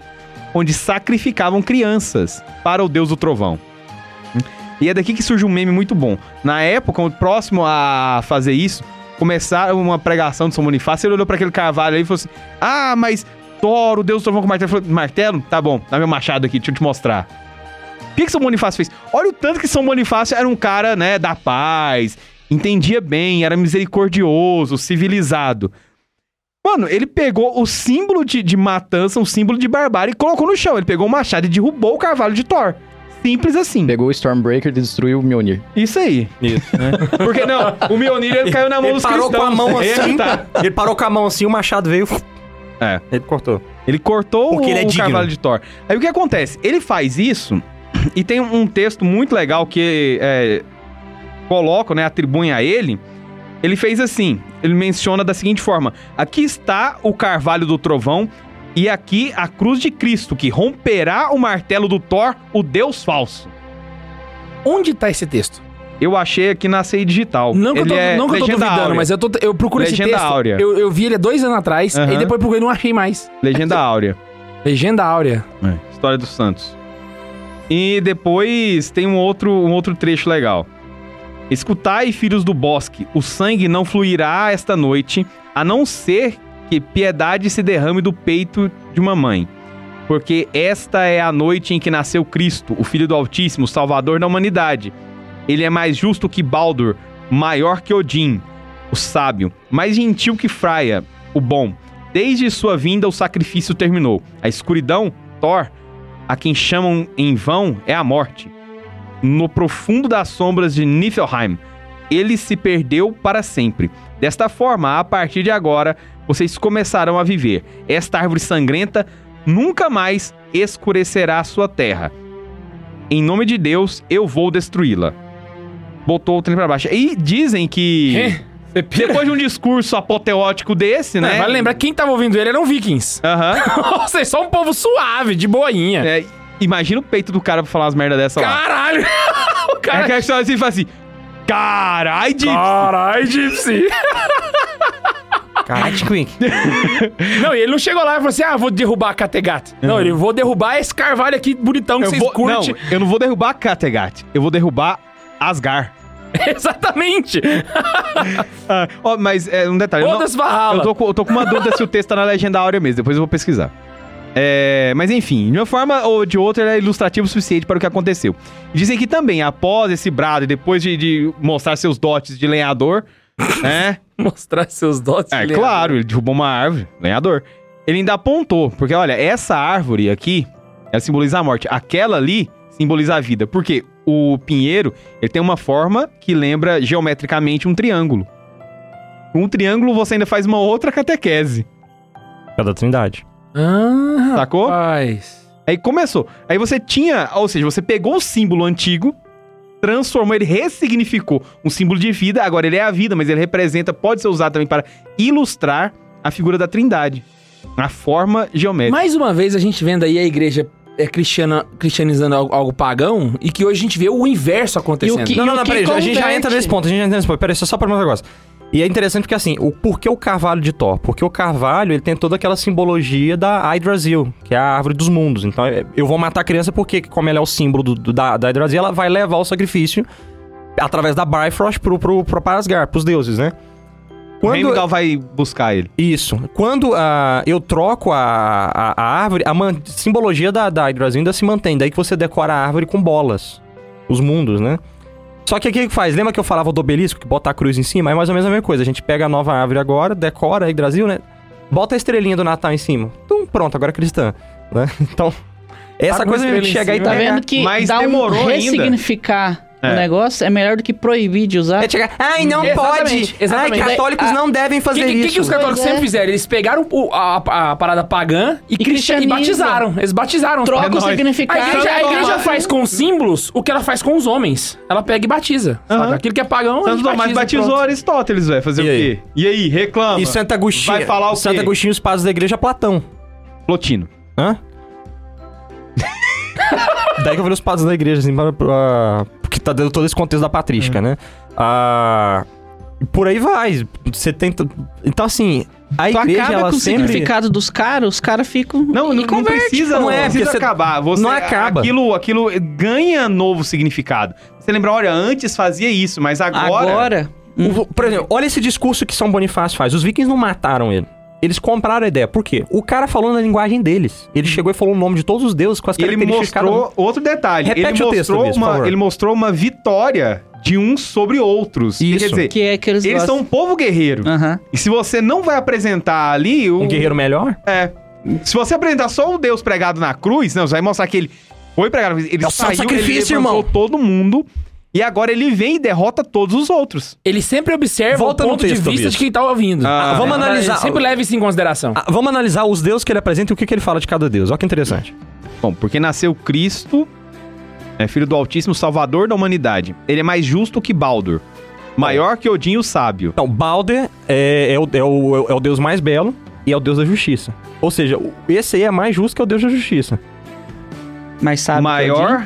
onde sacrificavam crianças para o deus do trovão. E é daqui que surge um meme muito bom. Na época, o próximo a fazer isso, começaram uma pregação de São Bonifácio, ele olhou pra aquele cavalo aí e falou assim: Ah, mas Toro, Deus do trovão com martelo. Ele Falou, martelo? Tá bom, dá meu machado aqui, deixa eu te mostrar. O que, que São Bonifácio fez? Olha o tanto que São Bonifácio era um cara, né, da paz, entendia bem, era misericordioso, civilizado. Mano, ele pegou o símbolo de, de matança, um símbolo de barbárie, e colocou no chão. Ele pegou o machado e derrubou o cavalo de Thor. Simples assim. Pegou o Stormbreaker e destruiu o Mjolnir. Isso aí. Isso, né? <laughs> Porque não, o Mionir ele caiu na mão Ele dos parou cristãos. com a mão É, assim. tá. <laughs> Ele parou com a mão assim, o machado veio... É. Ele cortou. Ele cortou Porque o, ele é o digno. cavalo de Thor. Aí o que acontece? Ele faz isso e tem um texto muito legal que é, colocam, né, atribuem a ele. Ele fez assim, ele menciona da seguinte forma: Aqui está o carvalho do trovão e aqui a cruz de Cristo que romperá o martelo do Thor, o Deus falso. Onde tá esse texto? Eu achei aqui na CI Digital. Não que eu Ele tô, é não que eu tô Legenda duvidando, Áurea. mas eu, tô, eu procuro esse Legenda texto. áurea. Eu, eu vi ele há dois anos atrás, Aham. e depois procurei e não achei mais. Legenda Áurea. Legenda Áurea. História dos Santos. E depois tem um outro, um outro trecho legal. Escutai, filhos do bosque, o sangue não fluirá esta noite, a não ser que piedade se derrame do peito de uma mãe. Porque esta é a noite em que nasceu Cristo, o Filho do Altíssimo, Salvador da humanidade. Ele é mais justo que Baldur, maior que Odin, o sábio, mais gentil que Freya, o bom. Desde sua vinda o sacrifício terminou. A escuridão, Thor, a quem chamam em vão, é a morte. No profundo das sombras de Niflheim, ele se perdeu para sempre. Desta forma, a partir de agora, vocês começarão a viver. Esta árvore sangrenta nunca mais escurecerá a sua terra. Em nome de Deus, eu vou destruí-la. Botou o trem para baixo. E dizem que Quê? Você pira? depois de um discurso apoteótico desse, É, né? Vale lembrar, quem tava ouvindo ele eram vikings. <laughs> Aham. <laughs> Ou seja, só um povo suave, de boinha. É, imagina o peito do cara pra falar umas merda dessa lá. Caralho! <laughs> o Cara, cara... é que a pessoa assim fala assim: Carai, de. Caralho, Gypsy! Caralho, Quick. Não, e ele não chegou lá e falou assim, ah, vou derrubar a Categat. Não, ele, vou derrubar esse carvalho aqui bonitão que eu vocês vou, não, curtem. eu não vou derrubar Kattegat, eu vou derrubar Asgar. <laughs> Exatamente. Ah, ó, mas é um detalhe. eu não- Foda-se, Valhalla. Eu tô, com- eu tô com uma dúvida se o texto tá na legenda áurea mesmo, depois eu vou pesquisar. É, mas enfim, de uma forma ou de outra, ele é ilustrativo o suficiente para o que aconteceu. Dizem que também, após esse brado e depois de, de mostrar seus dotes de lenhador, <laughs> né? Mostrar seus dotes. É Leandro. claro, ele derrubou uma árvore, lenhador. Ele ainda apontou, porque olha, essa árvore aqui, ela simboliza a morte. Aquela ali simboliza a vida, porque o pinheiro, ele tem uma forma que lembra geometricamente um triângulo. Com um triângulo você ainda faz uma outra catequese, Cada trindade. Ah, sacou? rapaz. Aí começou. Aí você tinha, ou seja, você pegou o símbolo antigo, transformou ele, ressignificou um símbolo de vida, agora ele é a vida, mas ele representa, pode ser usado também para ilustrar a figura da Trindade. A forma geométrica. Mais uma vez a gente vendo aí a igreja é, cristiana, cristianizando algo, algo pagão e que hoje a gente vê o inverso acontecendo. E o que- Não, não, não, que peraí, a gente já converte. entra nesse ponto, a gente já entra nesse ponto. Peraí, só, só pra mais um negócio. E é interessante porque, assim, o porquê o carvalho de Thor? Porque o carvalho, ele tem toda aquela simbologia da Yggdrasil, que é a árvore dos mundos. Então, é- eu vou matar a criança porque, como ela é o símbolo do- do- da, da Yggdrasil, ela vai levar o sacrifício através da Bifrost pro, pro, pro para Asgard, pros deuses, né? O Heimdall vai buscar ele. Isso. Quando ah, eu troco a, a, a árvore, a man- simbologia da, da Yggdrasil ainda se mantém. Daí que você decora a árvore com bolas. Os mundos, né? Só que o que que faz? Lembra que eu falava do obelisco, que bota a cruz em cima? É mais ou menos a mesma coisa. A gente pega a nova árvore agora, decora a Yggdrasil, né? Bota a estrelinha do Natal em cima. Tum, pronto, agora é cristã. Né? <laughs> Então, essa Tá com coisa estrela mesmo de em chegar e cima. Tá tá vendo que Mas dar um demorou ainda. ressignificar É. o negócio é melhor do que proibir de usar. É chegar, ai, não Exatamente, pode! exatamente. Ai, católicos Ah, não devem O fazer que, que- isso. que, que os católicos né? Pois é. sempre fizeram? Eles pegaram o- a, a- a parada pagã e, cristian, e cristianizam. batizaram. Eles batizaram. os Troca pagãos. é o significado. A igreja, a Santo igreja Tomás. faz com símbolos o que ela faz com os homens. Ela pega e batiza. saca? Aham. Aquilo que é pagão, a Santo gente Tomás batiza, batizou pronto. Aristóteles, velho. Fazer E o aí? é- quê? E aí, reclama. E Santo Agostinho, Vai falar o quê? Santo Agostinho, os padres da igreja, Platão. Plotino. <laughs> Hã? Daí que eu virei os padres da igreja, assim, pra, pra- porque tá dando todo esse contexto da patrística, né? Ah, por aí vai. Você tenta. Então, assim, a Tu igreja, acaba ela com o sempre. significado dos caras, os caras ficam. Não, e não, não converte. precisa, não não, é, porque precisa você- acabar. Você, não acaba. Aquilo, aquilo ganha novo significado. Você lembra, olha, antes fazia isso, mas agora... Agora. O- por exemplo, olha esse discurso que São Bonifácio faz. Os vikings não mataram ele. Eles compraram a ideia. Por quê? O cara falou na linguagem deles. Ele chegou e falou o nome de todos os deuses com as ele características de cada um. mostrou outro detalhe. Repete o ele mostrou texto mesmo, por uma, favor. ele mostrou uma vitória de uns sobre outros. Isso. Ah. Quer dizer, Que é que eles, eles são gostam. um povo guerreiro. Aham. E se você não vai apresentar ali o Um guerreiro melhor? É. Se você apresentar só o Deus pregado na cruz, não, você vai mostrar que ele foi pregado na cruz. Ele É o seu saiu, sacrifício, ele levantou irmão. todo mundo. E agora ele vem e derrota todos os outros. Ele sempre observa Volta o no ponto texto, de vista Tobias. de quem tá ouvindo. Ah, vamos Ele analisar. sempre leva isso em consideração. Ah, vamos analisar os deuses que ele apresenta e o que, que ele fala de cada deus. Olha que interessante. Bom, porque nasceu Cristo, é filho do Altíssimo, Salvador da humanidade. Ele é mais justo que Baldur, maior que Odin o sábio. Então, Balder é, é o, é o- é o deus mais belo e é o deus da justiça. Ou seja, o- esse aí é mais justo que é o deus da justiça. Mas é sabe. maior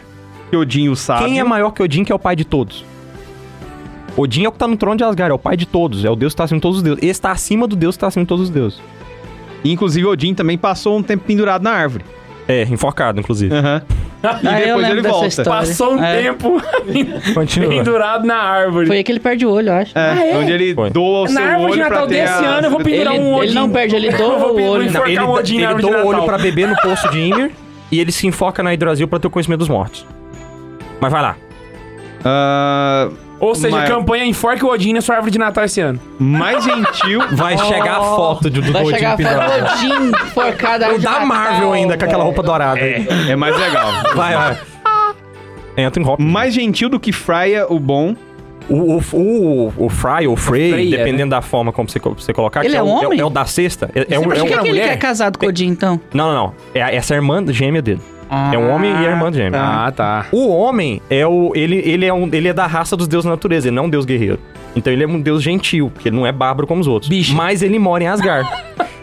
que Odin o sábio. Quem é maior que Odin, que é o pai de todos? Odin é o que tá no trono de Asgard, é o pai de todos, é o deus que tá acima de todos os deuses. Esse tá acima do deus que tá acima de todos os deuses. Inclusive, Odin também passou um tempo pendurado na árvore. É, enforcado, <laughs> inclusive. <laughs> Aham. que ah, eu depois ele lembro dessa volta. história. Passou um É. tempo <laughs> Continua. pendurado na árvore. um Foi aí que ele perde o olho, eu acho. É, Ah, é? Onde ele Foi. doa o Na seu árvore de olho pra Natal ter desse ano, eu vou a... pendurar Ele- um olho. ele não perde, ele doa Eu vou pendurar- o olho. vou Não, enforcar ele, um Odin na ele árvore de doa o olho Natal. pra beber no poço de Ymir e ele se enfoca na Yggdrasil pra ter o conhecimento dos mortos. Mas vai lá. Ah, Ou seja, Mas- campanha Enforca o Odin na sua árvore de Natal esse ano. mais gentil. <laughs> Vai chegar a Oh. foto de, do Vai Odin chegar a pendurado. falar Odin, forcada O da Marvel ainda, com aquela roupa dourada. É mais legal. Vai, vai. Entra em Hopkins. Mais gentil do que Freya, o bom. O, o, o, o Fry ou Frey, Freya, dependendo da forma como você, co- você colocar, Ele que é o, um homem? É, o da sexta. É, é, um- Por é, que, um- que ele mulher? quer casado com Odin, então? Não, não, não. É, a- essa é a irmã gêmea dele. É Ah, um homem e a irmã gêmea. tá. O homem é o. Ele, ele, é um, ele é da raça dos deuses da natureza, ele não é um deus guerreiro. Então ele é um deus gentil, porque ele não é bárbaro como os outros. Bicho. Mas ele mora em Asgard.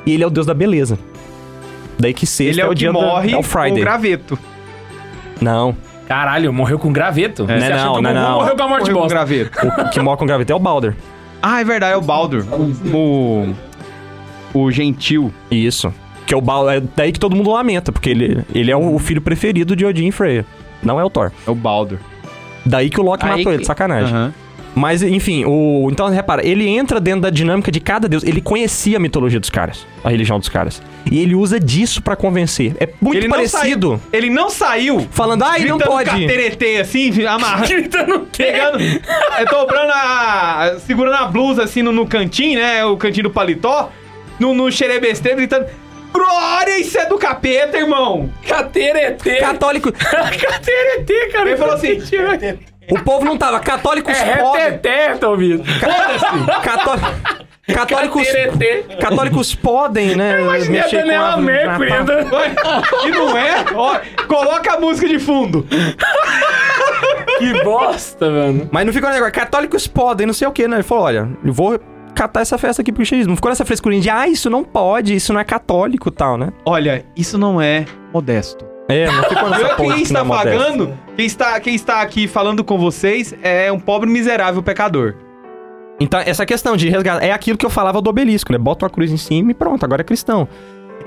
e ele é o deus da beleza. Daí que sexta Ele é, o que dia da- morre é o com o Friday. graveto. Não. Caralho, morreu com graveto? Você Não, acha não, que o não, Gugu não. Morreu com a morte Morreu com o bosta. graveto. O que mora com o graveto é o Balder. Ah, é verdade, é o Baldur. O. O, o gentil. Isso. Que é o Balder. É daí que todo mundo lamenta, porque ele, ele é o, o filho preferido de Odin e Freya. Não é o Thor. É o Baldur. Daí que o Loki Aí matou que- ele, de sacanagem. Aham. Mas, enfim, o. Então, repara, ele entra dentro da dinâmica de cada deus. Ele conhecia a mitologia dos caras, a religião dos caras. E ele usa disso pra convencer. É muito Ele não parecido. saiu- ele não saiu. Falando, ai, não gritando pode. cateretê, assim, amarrando. Gritando o quê? Pegando, é, dobrando a. segurando a blusa assim no, no cantinho, né? O cantinho do paletó. No, no xerebestê, gritando. Glória, isso é do capeta, irmão! Cateretê. Católico. Cateretê, cara. Ele falou assim: o povo não tava. Católicos É pobres. reteté, Tobias. Cató... Católicos. Cateretê. Católicos podem, né? Imaginei a mexer com Daniela árvore de Mercury. Natal. andando- Ué, E não é? Ó, coloca a música de fundo. Que bosta, mano. Mas não fica um negócio. Católicos podem, não sei o quê, né? Ele falou, olha, eu vou. acatar essa festa aqui pro cristianismo. Ficou nessa frescurinha de, ah, isso não pode, isso não é católico e tal, né? Olha, isso não é modesto. É, não ficou <laughs> nessa porra quem que não está é modesto. tá pagando, quem está, quem está aqui falando com vocês é um pobre miserável pecador. Então, essa questão de resgatar é aquilo que eu falava do obelisco, né? Bota uma cruz em cima e pronto, agora é cristão.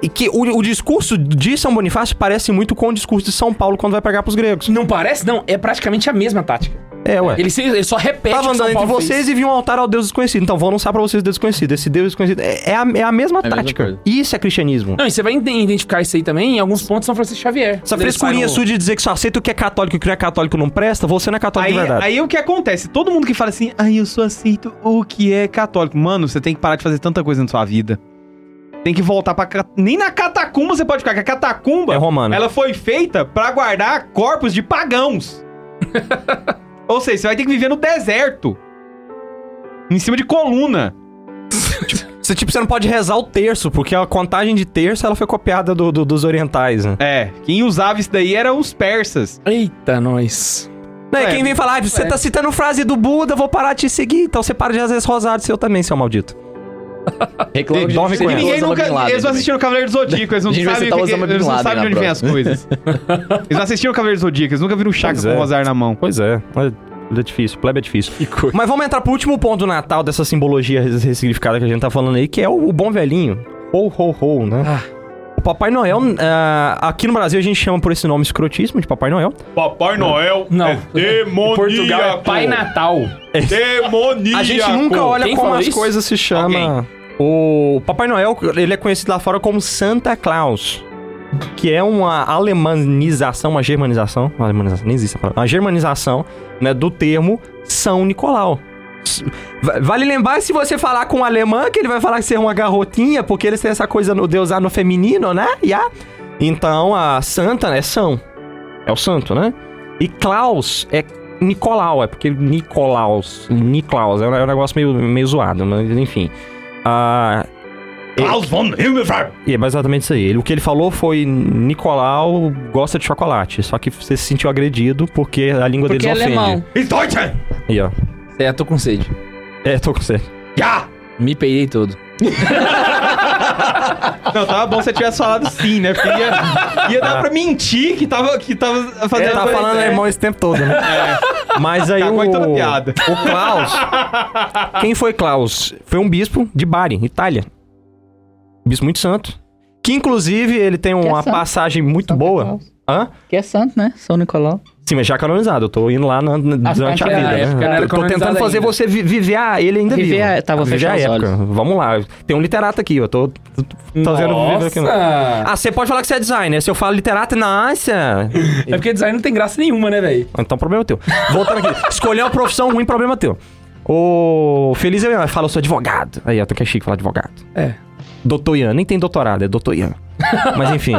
E que o, o discurso de São Bonifácio parece muito com o discurso de São Paulo quando vai pregar pros gregos. Não parece? Não, é praticamente a mesma tática. É, ué. Ele, se- ele só repete Tava o que São andando entre Paulo vocês fez. e vi um altar ao Deus desconhecido. Então vou anunciar pra vocês o Deus desconhecido. Esse Deus desconhecido. É, é a, é a mesma mesma tática. coisa. Isso é cristianismo. Não, e você vai iden- identificar isso aí também em alguns pontos São Francisco Xavier. Essa Quando ele sai frescurinha no- sua de dizer que só aceita o que é católico e o que não é católico não presta, você não é católico Aí, de verdade. aí o que acontece? Todo mundo que fala assim, ah, eu só aceito o que é católico. Mano, você tem que parar de fazer tanta coisa na sua vida. Tem que voltar pra... cat- Nem na catacumba você pode ficar, que a catacumba... É romano. Ela foi feita pra guardar corpos de pagãos. Ou seja, você vai ter que viver no deserto. Em cima de coluna. Você, tipo, você não pode rezar o terço, porque a contagem de terço ela foi copiada do- do- dos orientais, né? É, quem usava isso daí eram os persas. Eita, nós. Né, É, quem vem falar, ah, você tá citando frase do Buda, vou parar de te seguir. Então você para de rezar esse rosário seu também, seu maldito. Reclama de dorme gente com que ela. usa Ninguém Osama É, Bin nunca. Laden Eles não também. assistiram Cavaleiro do Zodíaco, eles não A gente vai sabem, citar o que o que- Osama Bin eles não Laden sabem de na onde vem as próxima. coisas. Eles não assistiram Cavaleiro do Zodíaco, eles nunca viram um Chaka Pois com é. um rosário na mão. Pois é, é difícil, plebe é difícil. Mas vamos entrar pro último ponto do Natal dessa simbologia res- ressignificada que a gente tá falando aí, que é o, o bom velhinho. Ho, ho, ho, né? O Papai Noel, ah, aqui no Brasil a gente chama por esse nome escrotíssimo de Papai Noel. Papai Noel Não. é demoníaco. Portugal é Pai Natal. Tá Demoníaco. A gente nunca olha Quem como falou as isso? coisas se chamam. O Papai Noel, ele é conhecido lá fora como Santa Claus. Que é uma alemanização, uma germanização. Uma alemanização, nem existe essa palavra. Uma germanização, né, do termo São Nicolau. S- va- Vale lembrar, se você falar com um alemão, que ele vai falar que você é uma garrotinha, porque eles têm essa coisa no deusar no feminino, né? Ya? Então, a santa é São. É o santo, né? E Klaus é Nicolau, é porque Nicolaus, Nicolaus, é um, é um negócio meio, meio zoado, né? mas enfim. Ah, Klaus von Himmelfarb. e é basicamente isso aí. Ele- O que ele falou foi Nicolau gosta de chocolate, só que você se sentiu agredido porque a língua Porque é deles ofende. alemão. In Deutschland. Aí, ó. É, tô com sede. É, tô com você. Ja. Me peidei todo. Não, tava bom se você tivesse falado sim, né? Porque ia, ia dar pra mentir que tava, que tava fazendo... Ele tá coisa falando certa. alemão esse tempo todo, né? Mas aí Cagou o... em Tá toda a piada. O Klaus... Quem foi Klaus? Foi um bispo de Bari, Itália. Bispo muito santo. Que, inclusive, ele tem uma santo. passagem muito Santa boa. Claus. Hã? Que é santo, né? São Nicolau. Sim, mas já canonizado. Eu tô indo lá na- na- Ah, durante a tá, vida. na né? época não era Eu tô tentando canonizado fazer ainda. você vi- viver a- ele ainda Viver vivo. a- tá, vou Ah, viver fechar a os época. Vamos lá. Tem um literato aqui, eu tô, tô, tô fazendo viver aqui. Nossa! Ah, você pode falar que você é designer. Se eu falo literato, nossa. É porque design não tem graça nenhuma, né, velho? Então, problema teu. Voltando aqui. <laughs> Escolher uma profissão ruim, problema é teu. O Feliz eu Ian fala, eu sou advogado. Aí, até que é chique falar advogado. É. Doutor Ian. Nem tem doutorado, é doutor Ian. Mas, enfim.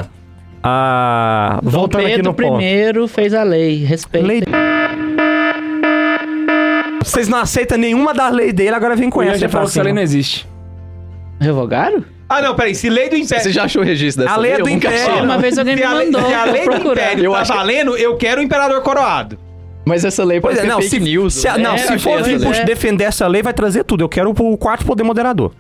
Ah, voltando aqui Pedro no ponto. primeiro fez a lei, respeito. Lei- Vocês não aceitam nenhuma das leis dele, agora vem com O Ian essa. assim, já pra falou que é essa cima. lei não existe. Revogaram? Ah, não, peraí. Se lei do império... Você já achou o registro dessa A lei é lei? Eu do nunca império. achei, Uma não. vez alguém Se me a lei, mandou. se a vou lei do procurar. império Eu tá acho que- valendo, eu quero o imperador coroado. Mas essa lei Pois pode é, ser não, fake se, news. se- né? não, Eu se achei for essa vir lei. pux- defender essa lei, vai trazer tudo. Eu quero o quarto poder moderador.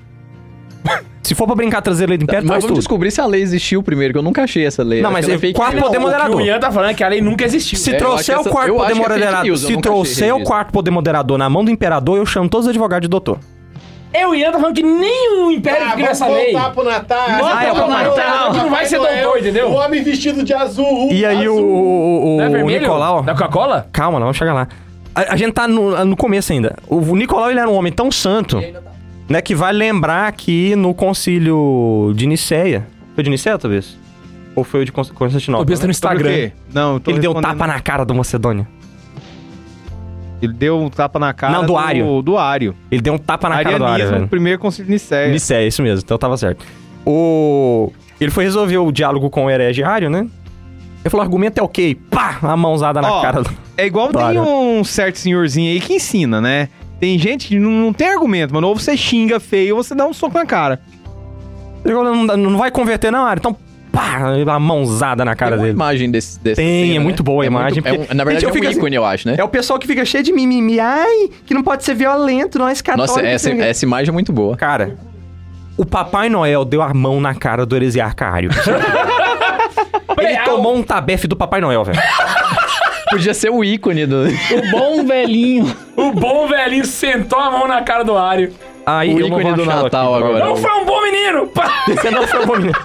Se for pra brincar trazer lei do Mas Império, traz É, tá, vamos tudo. descobrir se a lei existiu primeiro, que eu nunca achei essa lei. Não, Eu mas acho que ela é fake quatro news. poder Não, O moderador. que o Ian tá falando é que a lei nunca existiu. Se É, eu trouxer o acho essa- quarto eu acho poder que é fake moderador, news, eu se nunca trouxer achei o registro. quarto poder moderador na mão do imperador, eu chamo todos os advogados de doutor. É, o Ian tá falando que nem o Império Ah, cria vamos essa lei. voltar pro Natal. Volta Ah, é pro o Papai Natal, que não vai ser Papai doutor, Noel, entendeu? O homem vestido de azul. E aí o, azul. o, o- Não é o vermelho? Nicolau... Da Coca-Cola? Calma, não, chega lá. A, a gente tá no, no começo ainda. O, o Nicolau, ele era um homem tão santo, tá. né, que vai lembrar que no concílio de Niceia... Foi de Niceia, talvez? Ou foi o de Const- Eu Constantinopla? penso no né? Instagram. Sobre o quê? Não, eu tô Ele deu um respondendo. tapa na cara do Macedônia. Ele deu um tapa na cara Não, do Ário. Do Ário. Ele deu um tapa na cara do Ares, Arianismo, velho. primeiro concílio de Nicéia. Nicéia, isso mesmo, então tava certo. O... Ele foi resolver o diálogo com o herege Ário, né? Ele falou, argumento é ok. Pá! A mãozada na Ó, cara do... É igual tem Claro. um certo senhorzinho aí que ensina, né? Tem gente que não, não tem argumento, mano. Ou você xinga feio ou você dá um soco na cara. Ele falou, não, dá- não vai converter não, Ário. Então pá, uma mãozada na cara Tem uma dele. imagem desse. desse né? Tem, é muito boa a imagem, é um- porque- na Gente, verdade, eu é um fico assim- ícone, eu acho, né? É o pessoal que fica cheio de mimimi, ai, que não pode ser violento, nós católicos. Nossa, essa, não sei o quê. essa imagem é muito boa. Cara, o Papai Noel deu a mão na cara do <laughs> Eresiarcário. Ele tomou um tabefe do Papai Noel, velho. <laughs> Podia ser o ícone do. O bom velhinho. O bom velhinho sentou a mão na cara do Ario. Aí O eu não vou ícone do achar ela Natal aqui, agora. Não foi um bom menino! Pá, Você não foi bom menino.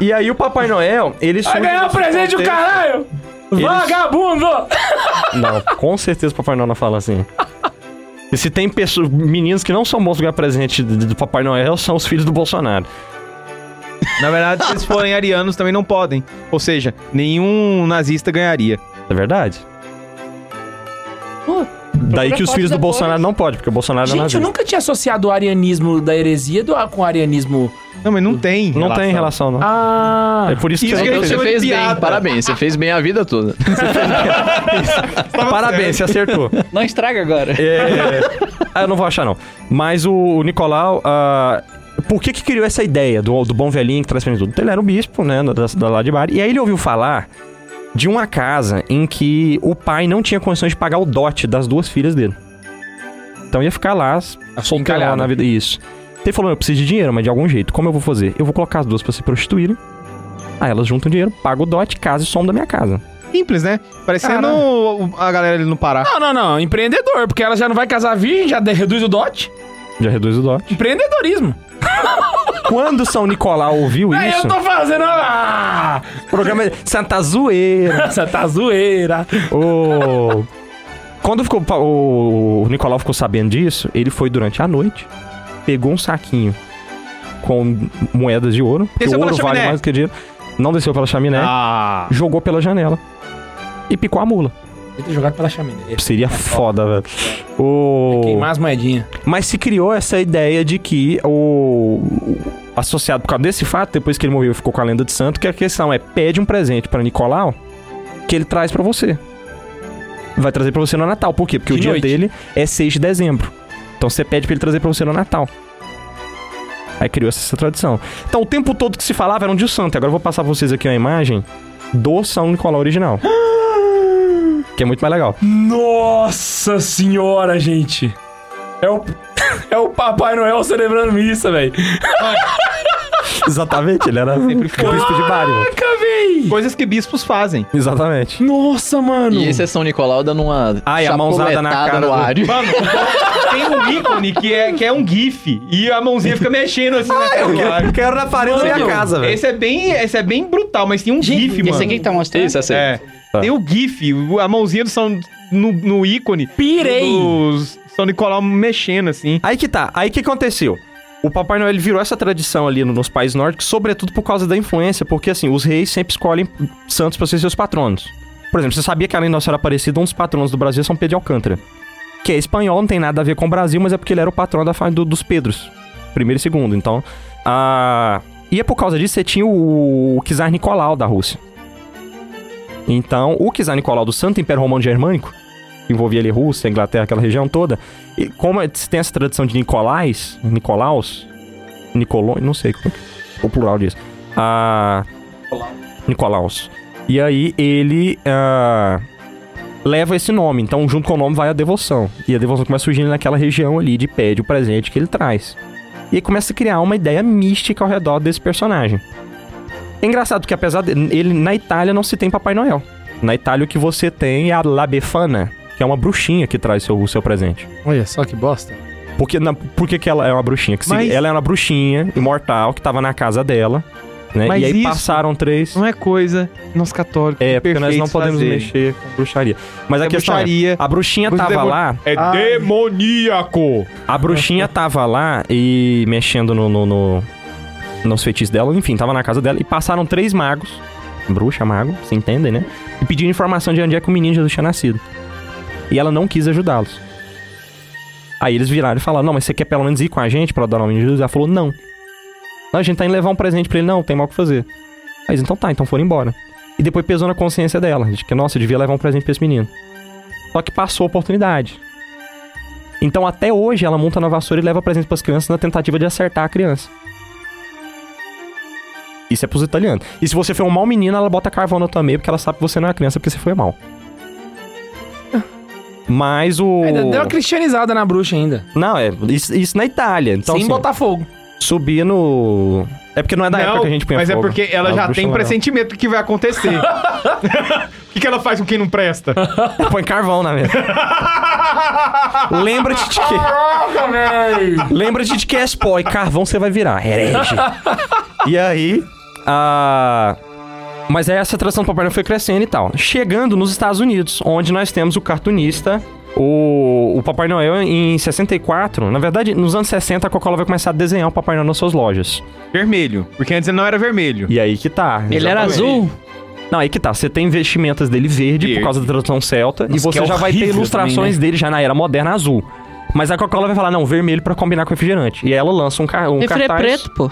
E aí o Papai Noel, ele vai surge ganhar um nesse presente o contexto- caralho! Vagabundo! Não, com certeza o Papai Noel não fala assim. E se tem pessoas, meninos que não são bons ganhar presente do do Papai Noel, são os filhos do Bolsonaro. Na verdade, se eles forem arianos, também não podem. Ou seja, nenhum nazista ganharia. É verdade. Daí que os foto filhos do depois. Bolsonaro não podem, porque o Bolsonaro é Gente, nazista. eu nunca tinha associado o arianismo da heresia do, com o arianismo. Não, mas não tem. Não tem relação, não. Ah! É por isso que Isso você que não eu Então fez. chamo você de fez bem, piada. parabéns. Você fez bem a vida <laughs> toda. Parabéns, você acertou. Não estraga agora. É. ah, eu não vou achar, não. Mas o, o Nicolau. ah, por que, que criou essa ideia do, do bom velhinho que traz pra tudo? Ele era um bispo, né? Da, da lá de Bari. E aí ele ouviu falar de uma casa em que o pai não tinha condições de pagar o dote das duas filhas dele. Então ia ficar lá, É, tá solteiro lá Encalhado. na vida. Isso. Então Ele falou: eu preciso de dinheiro, mas de algum jeito. Como eu vou fazer? Eu vou colocar as duas pra se prostituírem. Aí elas juntam dinheiro, pagam o dote, casa e somem da minha casa. Simples, né? Parecendo Caralho. o- a galera ali no Pará. Não, não, não. Empreendedor, porque ela já não vai casar virgem, já de- reduz o dote. Já reduz <laughs> o dote. Empreendedorismo. Quando São Nicolau ouviu Aí isso. eu tô fazendo. Ah! <laughs> Programa é Santa Zoeira. Essa tá zoeira. O... Quando ficou, pa- o Nicolau ficou sabendo disso, ele foi durante a noite, pegou um saquinho com moedas de ouro, porque Desceu o pela ouro vale chaminé. mais do que dinheiro, não desceu pela chaminé, Ah. jogou pela janela e picou a mula. Ele ter jogado pela chaminé. Seria foda, velho. O... Queimar as moedinhas. Mas se criou essa ideia de que o... o- Associado por causa desse fato, depois que ele morreu ficou com a lenda de santo, que a questão é, pede um presente pra Nicolau que ele traz pra você. Vai trazer pra você no Natal. Por quê? Porque De o dia noite. dele é 6 de dezembro. Então você pede pra ele trazer pra você no Natal. Aí criou essa, essa tradição. Então o tempo todo que se falava era um dia santo. Agora eu vou passar pra vocês aqui uma imagem do São Nicolau <gasps> original. que é muito mais legal. Nossa senhora, gente. É o. <laughs> É o Papai Noel celebrando missa, velho. Exatamente, ele <laughs> era sempre bispo de Bari. mano. Caraca, véi! Coisas que bispos fazem. Exatamente. Nossa, mano. E esse é São Nicolau dando uma. Ai, a mãozada na chapuletada cara no do- Ario. Mano, tem um ícone que é, que é um GIF. E a mãozinha fica mexendo assim na cara do Ah, Eu Mario. quero na parede da minha Mano, casa, velho. Esse é bem, esse é bem brutal, mas tem um GIF, mano. Esse aqui que tá mostrando. <laughs> Isso, essa aí. É. Tá. Tem o GIF, o- a mãozinha do São no, no ícone. Pirei. Do São Nicolau mexendo assim. Aí que tá. Aí que aconteceu? O Papai Noel ele virou essa tradição ali no- nos países nórdicos, sobretudo por causa da influência, porque assim, os reis sempre escolhem santos pra ser seus patronos. Por exemplo, você sabia que além de Nossa Senhora Aparecida, um dos patronos do Brasil é São Pedro de Alcântara. Que é espanhol, não tem nada a ver com o Brasil, mas é porque ele era o patrão da família do- dos Pedros. Primeiro e segundo, então. Ah, e é por causa disso você tinha o, o Czar Nicolau da Rússia. Então, o Czar Nicolau do Santo Império Romano Germânico, que envolvia ali Rússia, Inglaterra, aquela região toda, e como é- se tem essa tradição de Nicolais, Nicolaus, Nicolon, não sei como é que- o plural disso. Ah, Nicolaus. E aí ele ah, leva esse nome. Então, junto com o nome vai a devoção. E a devoção começa surgindo naquela região ali de pede o presente que ele traz. E aí começa a criar uma ideia mística ao redor desse personagem. É engraçado que apesar de, ele na Itália não se tem Papai Noel. Na Itália o que você tem é a La Befana, que é uma bruxinha que traz seu, o seu presente. Olha só que bosta. Porque, na, por que, que ela é uma bruxinha? Que se- Mas- Ela é uma bruxinha imortal que tava na casa dela, né? Mas e aí isso- passaram três. Não é coisa nós católicos. É, porque nós não perfeitos podemos fazerem. mexer com bruxaria. Mas a É questão é, bruxaria. a bruxinha Você tava demo- lá, É demoníaco. a Ah. bruxinha tava lá e mexendo no, no, no- nos feitiços dela, enfim, tava na casa dela e passaram três magos, bruxa, mago, se entendem, né? E pediram informação de onde é que o menino Jesus tinha nascido. E ela não quis ajudá-los. Aí eles viraram e falaram: Não, mas você quer pelo menos ir com a gente pra dar o menino Jesus? Ela falou: Não. Não, a gente tá indo levar um presente pra ele, não, tem mal o que fazer. Aí eles, então tá, então foram embora. E depois pesou na consciência dela, de que, nossa, eu devia levar um presente pra esse menino. Só que passou a oportunidade. Então até hoje ela monta na vassoura e leva presente pras crianças na tentativa de acertar a criança. Isso é pros italianos. E se você for um mau menino, ela bota carvão na tua meia, porque ela sabe que você não é criança, porque você foi mal. Mas o... Ah. Ainda deu uma cristianizada na bruxa ainda. Não, é isso, isso na Itália. Então, sem assim, botar fogo. subir no... É porque não é da época que a gente põe mas fogo. é porque ela A já bruxa tem não. pressentimento do que <laughs> vai acontecer. O que, que ela faz com quem não presta? Põe carvão na <laughs> mesa. Lembra-te de que... Lembra-te de que és pó e carvão você vai virar. Herege. e aí... A... Mas aí essa atração do Papai Noel foi crescendo e tal. Chegando nos Estados Unidos, onde nós temos o cartunista... O, o Papai Noel em 64, na verdade, nos anos 60, a Coca-Cola vai começar a desenhar o Papai Noel nas suas lojas. Vermelho. Porque antes ele não era vermelho. E aí que tá. Ele era azul? Não, aí que tá. Você tem vestimentas dele verde, Verde. por causa da tradução celta, e Nossa, você que é já vai ter horrível ilustrações também, né? dele já na era moderna azul. Mas a Coca-Cola vai falar, não, vermelho pra combinar com refrigerante. E aí ela lança um, car um Ele é cartaz. preto, pô.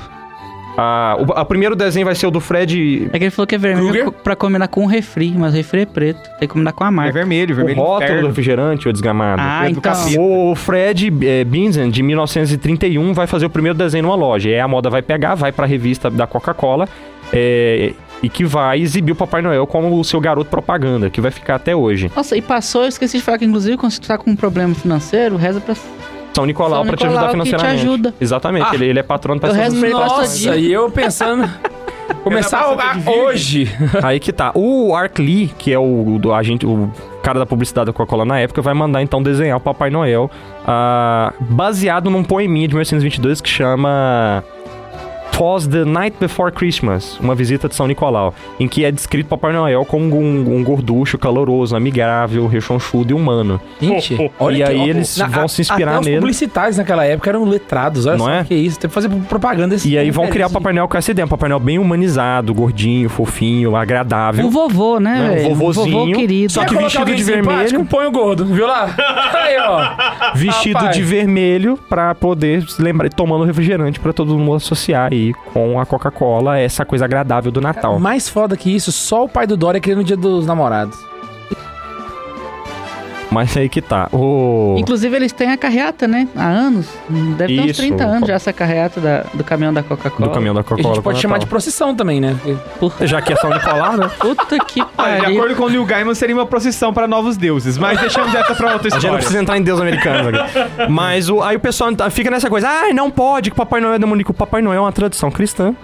Ah, o, a primeiro desenho vai ser o do Fred. É que ele falou que é vermelho Kruger? co- pra combinar com o refri, mas o refri é preto. Tem que combinar com a É marca. vermelho, O vermelho. rótulo do inferno. refrigerante, ô desgamado. ah, é do então. capeta. O Fred é, Binzen, de 1931, vai fazer o primeiro desenho numa loja. E aí a moda vai pegar, vai pra revista da Coca-Cola é, e que vai exibir o Papai Noel como o seu garoto propaganda, que vai ficar até hoje. Nossa, e passou, eu esqueci de falar que, inclusive, quando você tá com um problema financeiro, reza pra. São Nicolau São pra te Nicolau ajudar que te financeiramente. ajuda. Exatamente, Ah, ele, ele é patrono pra eu essas rezo pra ele pessoas. Nossa, e eu pensando... Começar Eu tava a- hoje. Aí que tá. O Ark Lee, que é o, o do agente, o cara da publicidade da Coca-Cola na época, vai mandar então desenhar o Papai Noel ah, baseado num poeminha de 1922 que chama Twas the Night Before Christmas, uma visita de São Nicolau, em que é descrito Papai Noel como um, um gorducho caloroso, amigável, rechonchudo e humano. Gente, E aí que- eles vão se inspirar até os nele. publicitários naquela época eram letrados, olha Não só é? que isso. Tem que fazer propaganda desse E aí vão cara, criar o esse- Papai Noel com essa ideia, um Papai Noel bem humanizado, gordinho, fofinho, agradável. Um vovô, né, Né, um velho? vovô vovozinho. querido. Só Quer que colocar vestido alguém de simpático? vermelho? Põe o gordo, viu lá? <laughs> Aí, ó. vestido Rapaz. de vermelho pra poder se lembrar, tomando refrigerante pra todo mundo associar aí com a Coca-Cola essa coisa agradável do Natal. Mais foda que isso, só o pai do Dória queria no dia dos namorados. Mas aí que tá. O Inclusive, eles têm a carreata, né? Há anos. Hum, Deve ter uns Isso. 30 anos já essa carreata da- do caminhão da Coca-Cola. do caminhão da E a Coca-Cola. gente pode pro chamar de Natal. procissão também, né? Porque- já que é São Nicolau, né? Puta <laughs> que Olha, Ah, de pariu. acordo com o Neil Gaiman, seria uma procissão para novos deuses. Mas deixamos essa pra outra A gente não história. precisa entrar em Deus americano aqui. Mas o, aí o pessoal tá- fica nessa coisa, ai, não pode, que o Papai Noel é demoníaco. O Papai Noel é uma tradição cristã.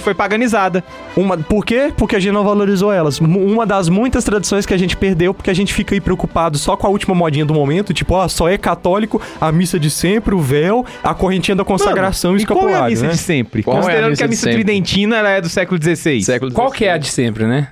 Foi paganizada. Uma, por quê? Porque a gente não valorizou elas. Mu- Uma das muitas tradições que a gente perdeu, porque a gente fica aí preocupado só com a última modinha do momento, tipo, ó, só é católico, a missa de sempre, o véu, a correntinha da consagração e o e qual é a escapulário, missa né? de sempre? Qual é a Considerando missa que a de missa sempre? tridentina ela é do século XVI. Século Qual que é a de sempre, né?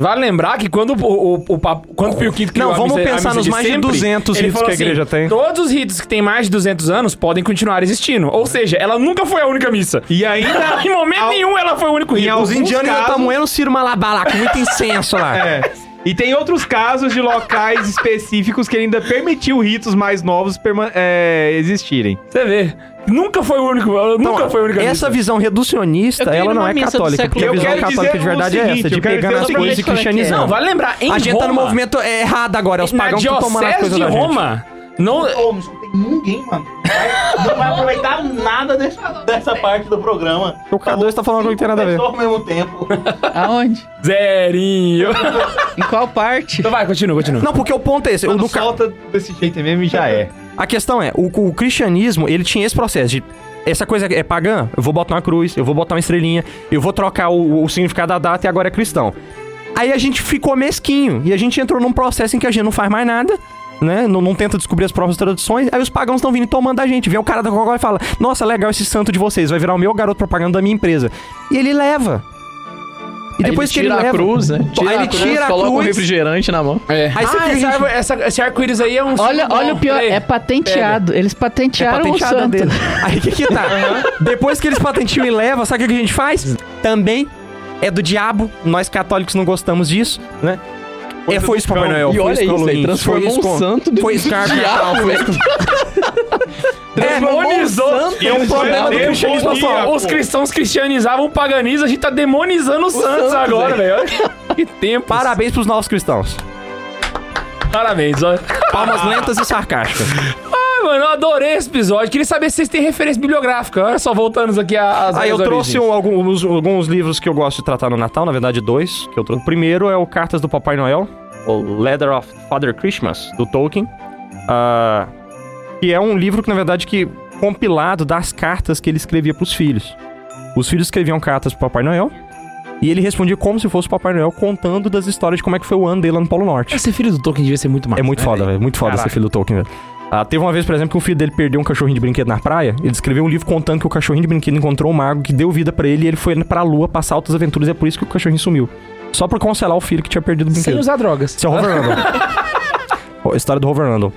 Vale lembrar que quando o, o, o papo, quando o Pio Quinto criou Não, a vamos missa- a pensar missa nos mais de sempre, 200 ele ritos falou assim, que a igreja tem. Todos os ritos que têm mais de 200 anos podem continuar existindo. Ou seja, ela nunca foi a única missa. E ainda. <laughs> Em momento Al- nenhum ela foi o único Em rito. alguns Os indianos ainda casos- tá moendo Ciro Malabar lá, com muito incenso lá. <laughs> É. E tem outros casos de locais específicos que ainda permitiu ritos mais novos perma- é, existirem. Você vê. Nunca foi o único. Ela Então, nunca foi a única essa missa. visão Eu reducionista, queria ela não numa é missa do católica, século porque a Eu visão quero católica dizer de o verdade é seguinte, essa, eu de quero pegar dizer nas o coisas e seguinte, como é que é. cristianizar. Não, vale lembrar. Em a gente Roma, tá no movimento é, errado agora, é os na pagãos que estão tomando as diocese coisas de da gente. Roma. Não, Ô, não tem ninguém, mano. Vai- Não vai aproveitar nada desse- dessa parte do programa. O K2 tá falando que não tem É nada a ver. Pessoa ao mesmo tempo. Aonde? <laughs> Zerinho. Em qual parte? Então vai, continua, continua. Não, porque o ponto é esse. o Quando do ca- solta desse jeito mesmo e já é. A questão é, o, o cristianismo, ele tinha esse processo de... Essa coisa é pagã, eu vou botar uma cruz, eu vou botar uma estrelinha, eu vou trocar o, o significado da data e agora é cristão. Aí a gente ficou mesquinho e a gente entrou num processo em que a gente não faz mais nada, né? Não, não tenta descobrir as próprias traduções. Aí os pagãos estão vindo e tomando a gente. Vem o cara da Coca-Cola e fala: Nossa, legal esse santo de vocês, vai virar o meu garoto propaganda da minha empresa. E ele leva. E depois ele tira que ele a leva. cruz, né? Aí ele a cruz, tira a coloca o cruz. refrigerante na mão. É. Aí você Ah, fica, esse essa, essa- esse arco-íris aí é um. Olha, símbolo olha o pior, bom. é patenteado. Eles patentearam o É patenteada santo. dele. Aí que que tá? Depois que eles patenteiam e levam, sabe o que que a gente faz? Também é do diabo. Nós católicos não gostamos disso, né? é, foi isso, Papai Noel. E foi olha isso, isso, Halloween, aí, transformou foi isso, um com- santo do Foi isso, cara, <laughs> diabo, velho. Transformou um santo. E é um problema do cristianismo Ó, os cristãos cristianizavam o paganismo, a gente tá demonizando os santos santos, agora, é. velho. Olha Que tempo. Parabéns pros novos cristãos. Parabéns, ó. Palmas lentas e sarcásticas. Ah, mano, eu adorei esse episódio. Queria saber se vocês têm referência bibliográfica. Olha só, voltando aqui às Aí eu às trouxe origens. um- alguns, alguns livros que eu gosto de tratar no Natal, na verdade dois. Que eu trouxe. O primeiro é o Cartas do Papai Noel, o Letter of Father Christmas, do Tolkien. ah, que é um livro que, na verdade, que compilado das cartas que ele escrevia pros filhos. Os filhos escreviam cartas pro Papai Noel. E ele respondia como se fosse o Papai Noel, contando das histórias de como é que foi o ano dele lá no Polo Norte. Esse filho do Tolkien devia ser muito massa. É muito né, foda, velho? velho. Muito foda Caraca. esse filho do Tolkien, velho. Ah, teve uma vez, por exemplo, que o filho dele perdeu um cachorrinho de brinquedo na praia. Ele escreveu um livro contando que o cachorrinho de brinquedo encontrou um mago que deu vida pra ele e ele foi pra lua passar altas aventuras e é por isso que o cachorrinho sumiu. Só pra consolar o filho que tinha perdido o Sem brinquedo. usar drogas. Isso é o Hover <laughs> Randall. Ó, História do Hover Randall.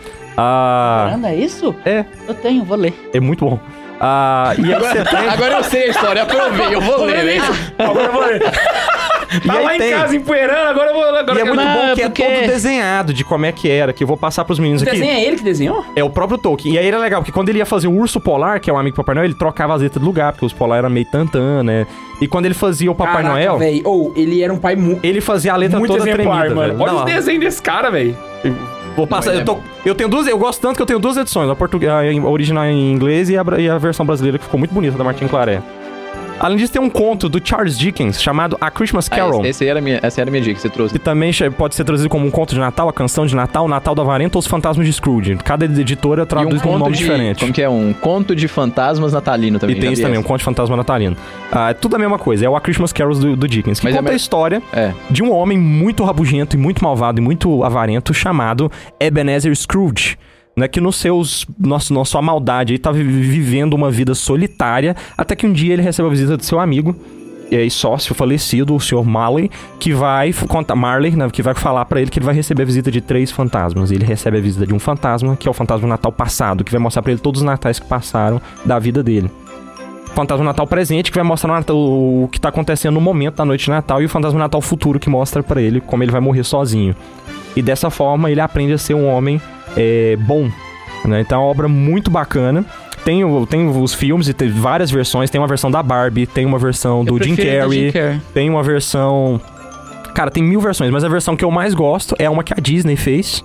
Ah, Caramba, é isso? É. Eu tenho, vou ler. é muito bom. Ah, e aí você tem... <laughs> Agora eu sei a história, aprovei, eu vou ler, né? Agora eu vou <laughs> ler. E Tá aí lá em tem. casa empoeirando, agora eu vou. Agora E é eu quero- muito Não, bom que é porque- todo desenhado de como é que era, que eu vou passar pros meninos O aqui. desenho é ele que desenhou? É o próprio Tolkien. E aí era legal, porque quando ele ia fazer o Urso Polar, que é um amigo do Papai Noel, ele trocava as letras do lugar, porque o Urso Polar era meio tantã, né? E quando ele fazia o Papai Caraca, Noel, velho. Ou ele era um pai mu ele fazia a letra muito toda exemplar, tremida. mano. velho. Olha Não, os desenhos desse cara, velho. Vou passar, eu, tô- eu tenho duas, eu gosto tanto que eu tenho duas edições, a, portu- a em- a original em inglês e a, bra- e a versão brasileira, que ficou muito bonita, da Martin Claré. Além disso, tem um conto do Charles Dickens chamado A Christmas Ah, Carol. esse- esse era a minha, essa era a minha dica que você trouxe. que também che- pode ser traduzido como um conto de Natal, a canção de Natal, o Natal da Varenta ou os Fantasmas de Scrooge. Cada editora E um traduz de um conto nome de, diferente. Como que é? Um conto de fantasmas natalino E também. né, tem já isso vi também, um essa. conto de fantasma natalino. Ah, é tudo a mesma coisa, é o A Christmas Carols do, do Dickens, que Mas é conta a me- história É. de um homem muito rabugento e muito malvado e muito avarento chamado Ebenezer Scrooge. Né, que nos seus. Nossa, nossa sua maldade aí tá vi- vivendo uma vida solitária. Até que um dia ele recebe a visita de seu amigo e aí, sócio falecido, o senhor Marley, que vai f- contar. Marley, né, que vai falar pra ele que ele vai receber a visita de três fantasmas. E ele recebe a visita de um fantasma, que é o fantasma do Natal passado, que vai mostrar pra ele todos os natais que passaram da vida dele. Fantasma do Natal presente, que vai mostrar o Natal- o que tá acontecendo no momento da noite de Natal, e o Fantasma do Natal futuro, que mostra pra ele como ele vai morrer sozinho. E dessa forma ele aprende a ser um homem é, bom. né? Então é uma obra muito bacana. Tem, o- tem os filmes e tem várias versões. Tem uma versão da Barbie, tem uma versão do Jim prefiro a do Carrey, Jim Carrey. tem uma versão. Cara, tem mil versões, mas a versão que eu mais gosto é uma que a Disney fez.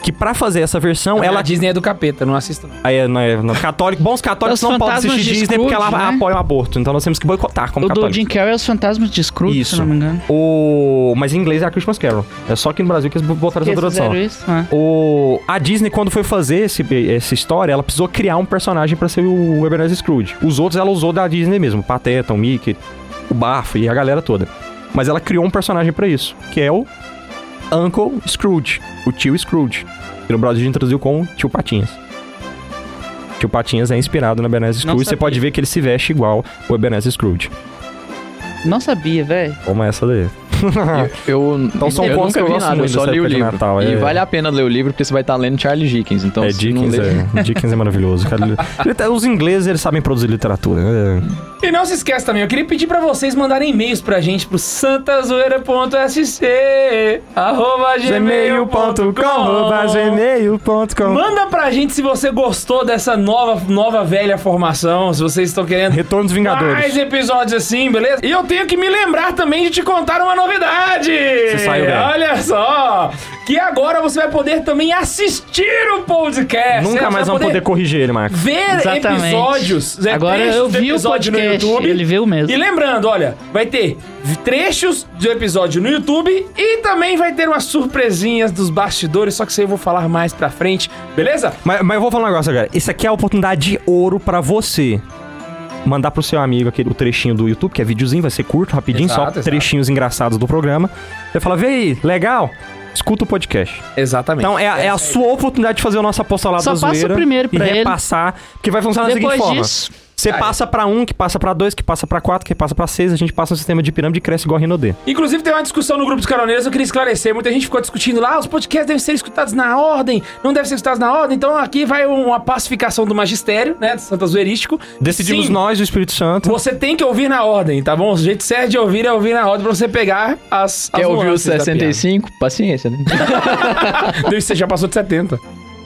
Que pra fazer essa Ah, versão, ela. A Disney é do capeta, não assista. não. Aí, não, é- não, católico, bons católicos Os não podem fantasmas assistir de Disney porque ela Scrooge, né? apoia o aborto. Então nós temos que boicotar como O do católicos. Jim Carrey é os fantasmas de Scrooge, Isso. se não me engano. O... Mas em inglês é a Christmas Carol. É só aqui no Brasil que eles botaram essa Eles tradução. fizeram isso? Ah. O... A Disney, quando foi fazer esse, essa história, ela precisou criar um personagem pra ser o Ebenezer Scrooge. Os outros ela usou da Disney mesmo. O Pateta, o Mickey, o Bafo e a galera toda. Mas ela criou um personagem pra isso, que é o Uncle Scrooge, o tio Scrooge. Que no Brasil a gente traduziu como tio Patinhas. Tio Patinhas é inspirado no Ebenezer Não Scrooge. Você sabia. pode ver que ele se veste igual o Ebenezer Scrooge. Não sabia, velho. Como essa daí. Eu, eu, Então são eu contos que nunca eu vi gosto nada, eu muito só dessa li o época de livro. Natal, e é. vale a pena ler o livro porque você vai estar lendo Charles Dickens. Então, é, se não Dickens ler- <laughs> é, Dickens é maravilhoso. cara. Ele tá- os ingleses, eles sabem produzir literatura. né? E não se esqueça também, eu queria pedir pra vocês mandarem e-mails pra gente pro santazoeira.sc arroba gmail.com arroba gmail.com. Manda pra gente se você gostou dessa nova, nova velha formação, se vocês estão querendo Retorno dos Vingadores. mais episódios assim, beleza? E eu tenho que me lembrar também de te contar uma novidade! Você saiu bem. Olha só! Que agora você vai poder também assistir o é, podcast. Você Nunca vai mais vão poder corrigir ele, Marcos. ver Exatamente. episódios. é, Agora trechos eu do vi o episódio podcast, no YouTube. ele viu mesmo. E lembrando, olha, vai ter trechos do episódio no YouTube e também vai ter umas surpresinhas dos bastidores, só que isso aí eu vou falar mais pra frente, beleza? Mas, mas eu vou falar um negócio agora. Isso aqui é a oportunidade de ouro pra você. Mandar pro seu amigo aquele, o trechinho do YouTube, que é videozinho, vai ser curto, rapidinho, só Exato, exato. trechinhos engraçados do programa. Você fala, vê aí, legal, escuta o podcast. Exatamente. Então é, a- é a sua oportunidade de fazer o nosso apostolado Só da passa o zoeira primeiro pra e ele. repassar, porque vai funcionar da seguinte Depois forma. disso, Você passa pra um, que passa pra dois, que passa pra quatro, que passa pra seis, a gente passa um sistema de pirâmide e cresce igual a Rinodê. Inclusive, tem uma discussão no grupo dos caroneiros, eu queria esclarecer. Muita gente ficou discutindo lá, "Ah, os podcasts devem ser escutados na ordem, não devem ser escutados na ordem. Então, aqui vai uma pacificação do magistério, né, do Santa Zoeirístico. Decidimos Sim, nós, o Espírito Santo. Você tem que ouvir na ordem, tá bom? O jeito certo de ouvir é ouvir na ordem pra você pegar as. as Quer ouvir nuances os da piada. 65? Paciência, né? <laughs> Deus, Você já passou de <laughs> 70.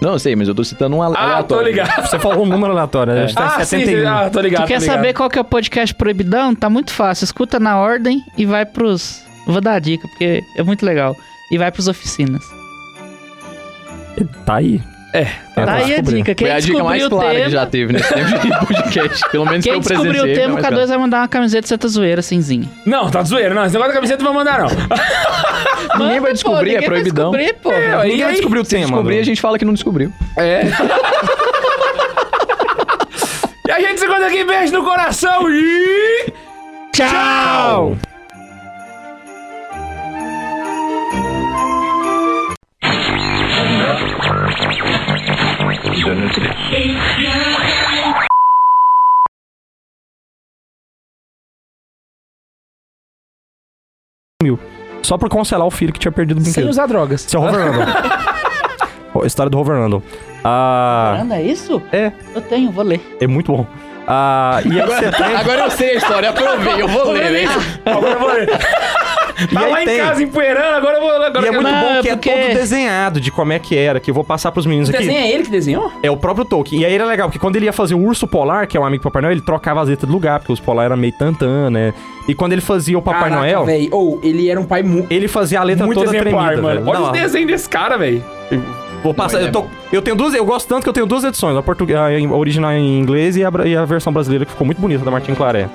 não, eu sei, mas eu tô citando um ale- Ah, aleatório. tô ligado. Você falou um número aleatório, a gente tá Ah, em sim, 71. sim, ah, tô ligado. tu quer tô ligado. saber qual que é o podcast proibidão? Tá muito fácil. Escuta na ordem e vai pros. Vou dar a dica, porque é muito legal. E vai pros oficinas. Tá aí. É. Tá aí a dica. Quem Foi a dica descobriu mais o clara que tema... já teve nesse tempo <laughs> de podcast. Pelo menos que Quem eu descobriu o presenciei. tema, o foi a né, mais K2 clara. vai mandar uma camiseta dessa zoeira, cinzinha. Não, tá de zoeira. Não, esse negócio da camiseta não vai mandar, não. <laughs> Ninguém vai descobrir, é proibidão. Vai descobrir, pô. aí- Ninguém aí- descobriu o tema. Descobrir, a Bruno. gente fala que não descobriu. É. e a gente se encontra aqui. Beijo no coração e... Tchau! Só pra cancelar o filho que tinha perdido o Sem brinquedo. usar drogas. Seu <laughs> Hover Randall. Ó, História do Hover Randall. Ah, Anda, é isso? É. Eu tenho, vou ler. é muito bom. Ah, e aí você tem... Agora eu sei a história, aprovei, eu vou ler, né? Agora eu vou ler. <laughs> E Tá aí lá em tem. casa, empoeirando, agora eu vou... Agora E é eu quero- muito Não, bom que Ah, porque- é todo desenhado de como é que era, que eu vou passar pros meninos O aqui. desenho é ele que desenhou? É o próprio Tolkien. E aí era legal, porque quando ele ia fazer o Urso Polar, que é um amigo do Papai Noel, ele trocava as letras do lugar, porque os Polar era meio tantã, né? E quando ele fazia o Papai Caraca, Noel, véi. Ou, ele era um pai mu ele fazia a letra muito toda exemplar, tremida. mano. velho. Olha Não, os desenhos desse cara, velho. Vou passar, eu, tô- eu tenho duas, eu gosto tanto que eu tenho duas edições, a, portugue- a em- a original em inglês e a, bra- e a versão brasileira, que ficou muito bonita, da Martin Claré.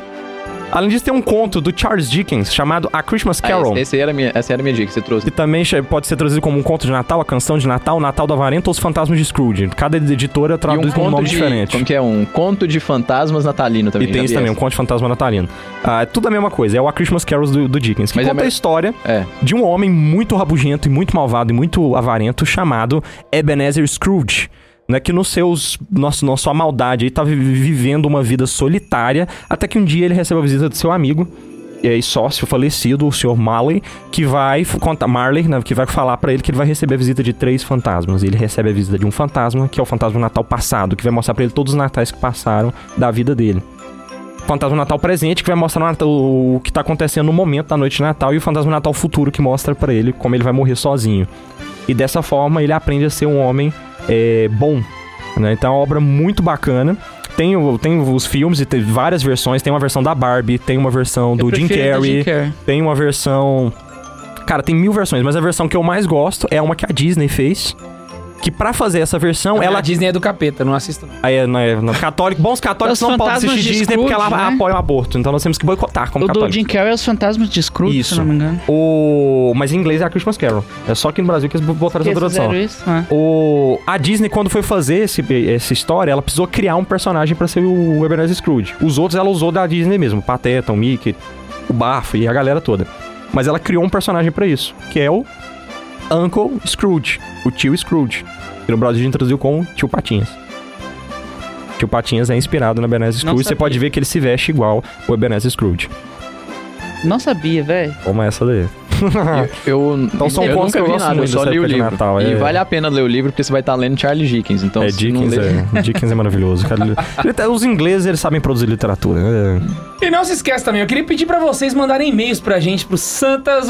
Além disso, tem um conto do Charles Dickens chamado A Christmas Ah, Carol. esse- esse era a minha, essa era a minha dica que você trouxe. que também che- pode ser traduzido como um conto de Natal, a canção de Natal, o Natal da Varenta ou os Fantasmas de Scrooge. Cada editora E um traduz de um conto nome de, diferente. Como que é? Um conto de fantasmas natalino E também. né? tem já isso vi também, um essa. conto de fantasma natalino. Ah, é tudo a mesma coisa, é o A Christmas Carols do, do Dickens, que Mas é conta a me- história É. de um homem muito rabugento e muito malvado e muito avarento chamado Ebenezer Scrooge. Né, que nos seus. Nossa, nossa sua maldade aí tá vi- vivendo uma vida solitária. Até que um dia ele recebe a visita de seu amigo e aí, sócio falecido, o senhor Marley, que vai f- contar. Marley, né, que vai falar pra ele que ele vai receber a visita de três fantasmas. E ele recebe a visita de um fantasma, que é o fantasma do Natal passado, que vai mostrar pra ele todos os natais que passaram da vida dele. Fantasma do Natal presente, que vai mostrar o Natal- o que tá acontecendo no momento da noite de Natal, e o Fantasma do Natal futuro, que mostra pra ele como ele vai morrer sozinho. E dessa forma ele aprende a ser um homem é, bom. né? Então é uma obra muito bacana. Tem, o- tem os filmes e tem várias versões. Tem uma versão da Barbie, tem uma versão do Jim prefiro da Carrey, Jim Carrey. tem uma versão. Cara, tem mil versões, mas a versão que eu mais gosto é uma que a Disney fez. Que pra fazer essa versão, ela. A Disney é do capeta, não assista não. Aí, é, não, é, não, católico, bons católicos Os não podem fantasmas assistir de Disney porque ela Scrooge, né? apoia o aborto. Então nós temos que boicotar como O do católicos. Jim Carrey é os fantasmas de Scrooge, Isso. se não me engano. O... Mas em inglês é a Christmas Carol. É só aqui no Brasil que eles botaram essa Eles tradução. fizeram isso? Ah. O... A Disney, quando foi fazer esse, essa história, ela precisou criar um personagem pra ser o Ebenezer Scrooge. Os outros ela usou da Disney mesmo. O Pateta, o Mickey, o Bafo e a galera toda. Mas ela criou um personagem pra isso, que é o Uncle Scrooge, o tio Scrooge. Que no Brasil a gente traduziu como tio Patinhas. Tio Patinhas é inspirado no Ebenezer Não Scrooge. Você sabia. pode ver que ele se veste igual o Ebenezer Scrooge. Não sabia, velho. Como essa daí. Eu, eu, Então são eu contos que nunca eu vi gosto nada, eu muito só dessa li o época de livro. Natal, e é. vale a pena ler o livro porque você vai estar lendo Charles Dickens. Então, é, se não Dickens ler- <laughs> é, Dickens é maravilhoso. cara. Ele tá- os ingleses, eles sabem produzir literatura. né? E não se esqueça também, eu queria pedir pra vocês mandarem e-mamails pra gente pro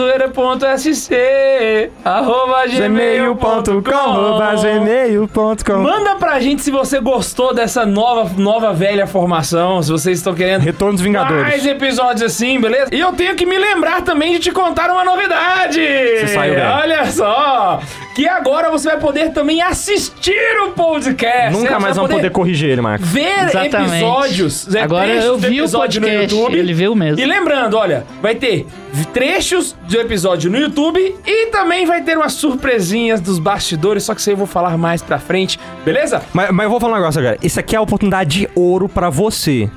santazoeira.sc arroba gmail.com arroba gmail.com. Manda pra gente se você gostou dessa nova, nova velha formação, se vocês estão querendo Retorno dos Vingadores. mais episódios assim, beleza? E eu tenho que me lembrar também de te contar uma novidade! Você saiu bem. Olha só! Que agora você vai poder também assistir o é, podcast. né? Nunca Você mais vai vão poder corrigir ele, Marcos. ver Exatamente. episódios. né, Agora trechos eu do vi o episódio podcast, no YouTube. ele viu mesmo. E lembrando, olha, vai ter trechos do episódio no YouTube e também vai ter umas surpresinhas dos bastidores, só que isso aí eu vou falar mais pra frente, beleza? Mas, mas eu vou falar um negócio agora. Isso aqui é a oportunidade de ouro pra você.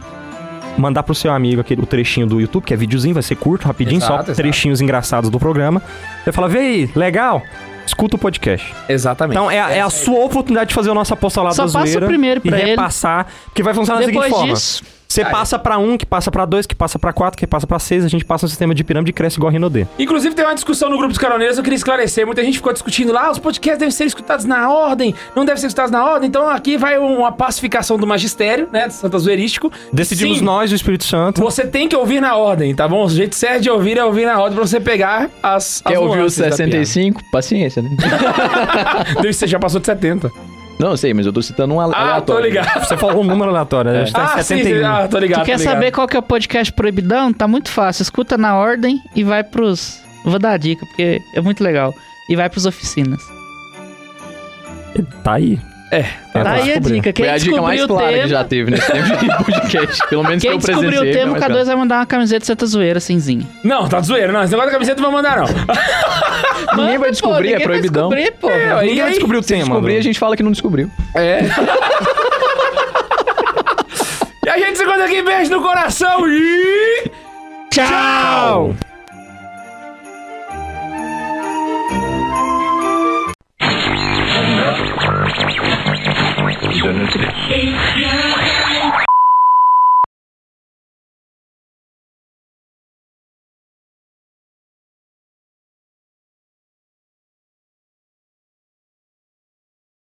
Mandar pro seu amigo aquele, o trechinho do YouTube, que é videozinho, vai ser curto, rapidinho, só Exato, exato. trechinhos engraçados do programa. Você fala, vê aí, legal, escuta o podcast. Exatamente. Então é, a- é a sua oportunidade de fazer o nosso apostolado Só da passa o zoeira primeiro pra e ele. repassar, porque vai funcionar da seguinte Depois forma. disso, Você passa pra um, que passa pra dois, que passa pra quatro, que passa pra seis, a gente passa um sistema de pirâmide e cresce igual a Rinodê. Inclusive, tem uma discussão no grupo dos caroneiros, eu queria esclarecer. Muita gente ficou discutindo lá, "Ah, os podcasts devem ser escutados na ordem, não devem ser escutados na ordem. Então, aqui vai uma pacificação do magistério, né, do Santa Zoeirístico. Decidimos Sim, nós, o Espírito Santo. Você tem que ouvir na ordem, tá bom? O jeito certo de ouvir é ouvir na ordem pra você pegar as. as Quer ouvir nuances os da piada. 65? Paciência, né? Deus, Você já passou de 70. não, eu sei, mas eu tô citando um ale- Ah, aleatório. tô ligado. Você falou um número aleatório, a gente tá Ah, em sim, 71. sim, ah, tô ligado. tá tu quer tô ligado. saber qual que é o podcast proibidão? Tá muito fácil. Escuta na ordem e vai pros... Vou dar a dica, porque é muito legal. E vai pros oficinas. Tá aí. É. Tá aí a dica. Quem Foi a dica descobriu mais o clara tema, que já teve nesse tempo de podcast. Pelo menos que Quem eu descobriu o presenciei. tema, o foi a mais K2 vai mandar uma camiseta de Santa Zoeira, cinzinha. Não, tá de zoeira. Não, esse negócio da camiseta não vai mandar, não. Ninguém vai descobrir, é proibidão. É, Vai descobrir, pô. aí- Ninguém aí- descobriu o tema. Descobrir, a gente fala que não descobriu. É. e a gente se encontra aqui. Beijo no coração e... Tchau! Yeah.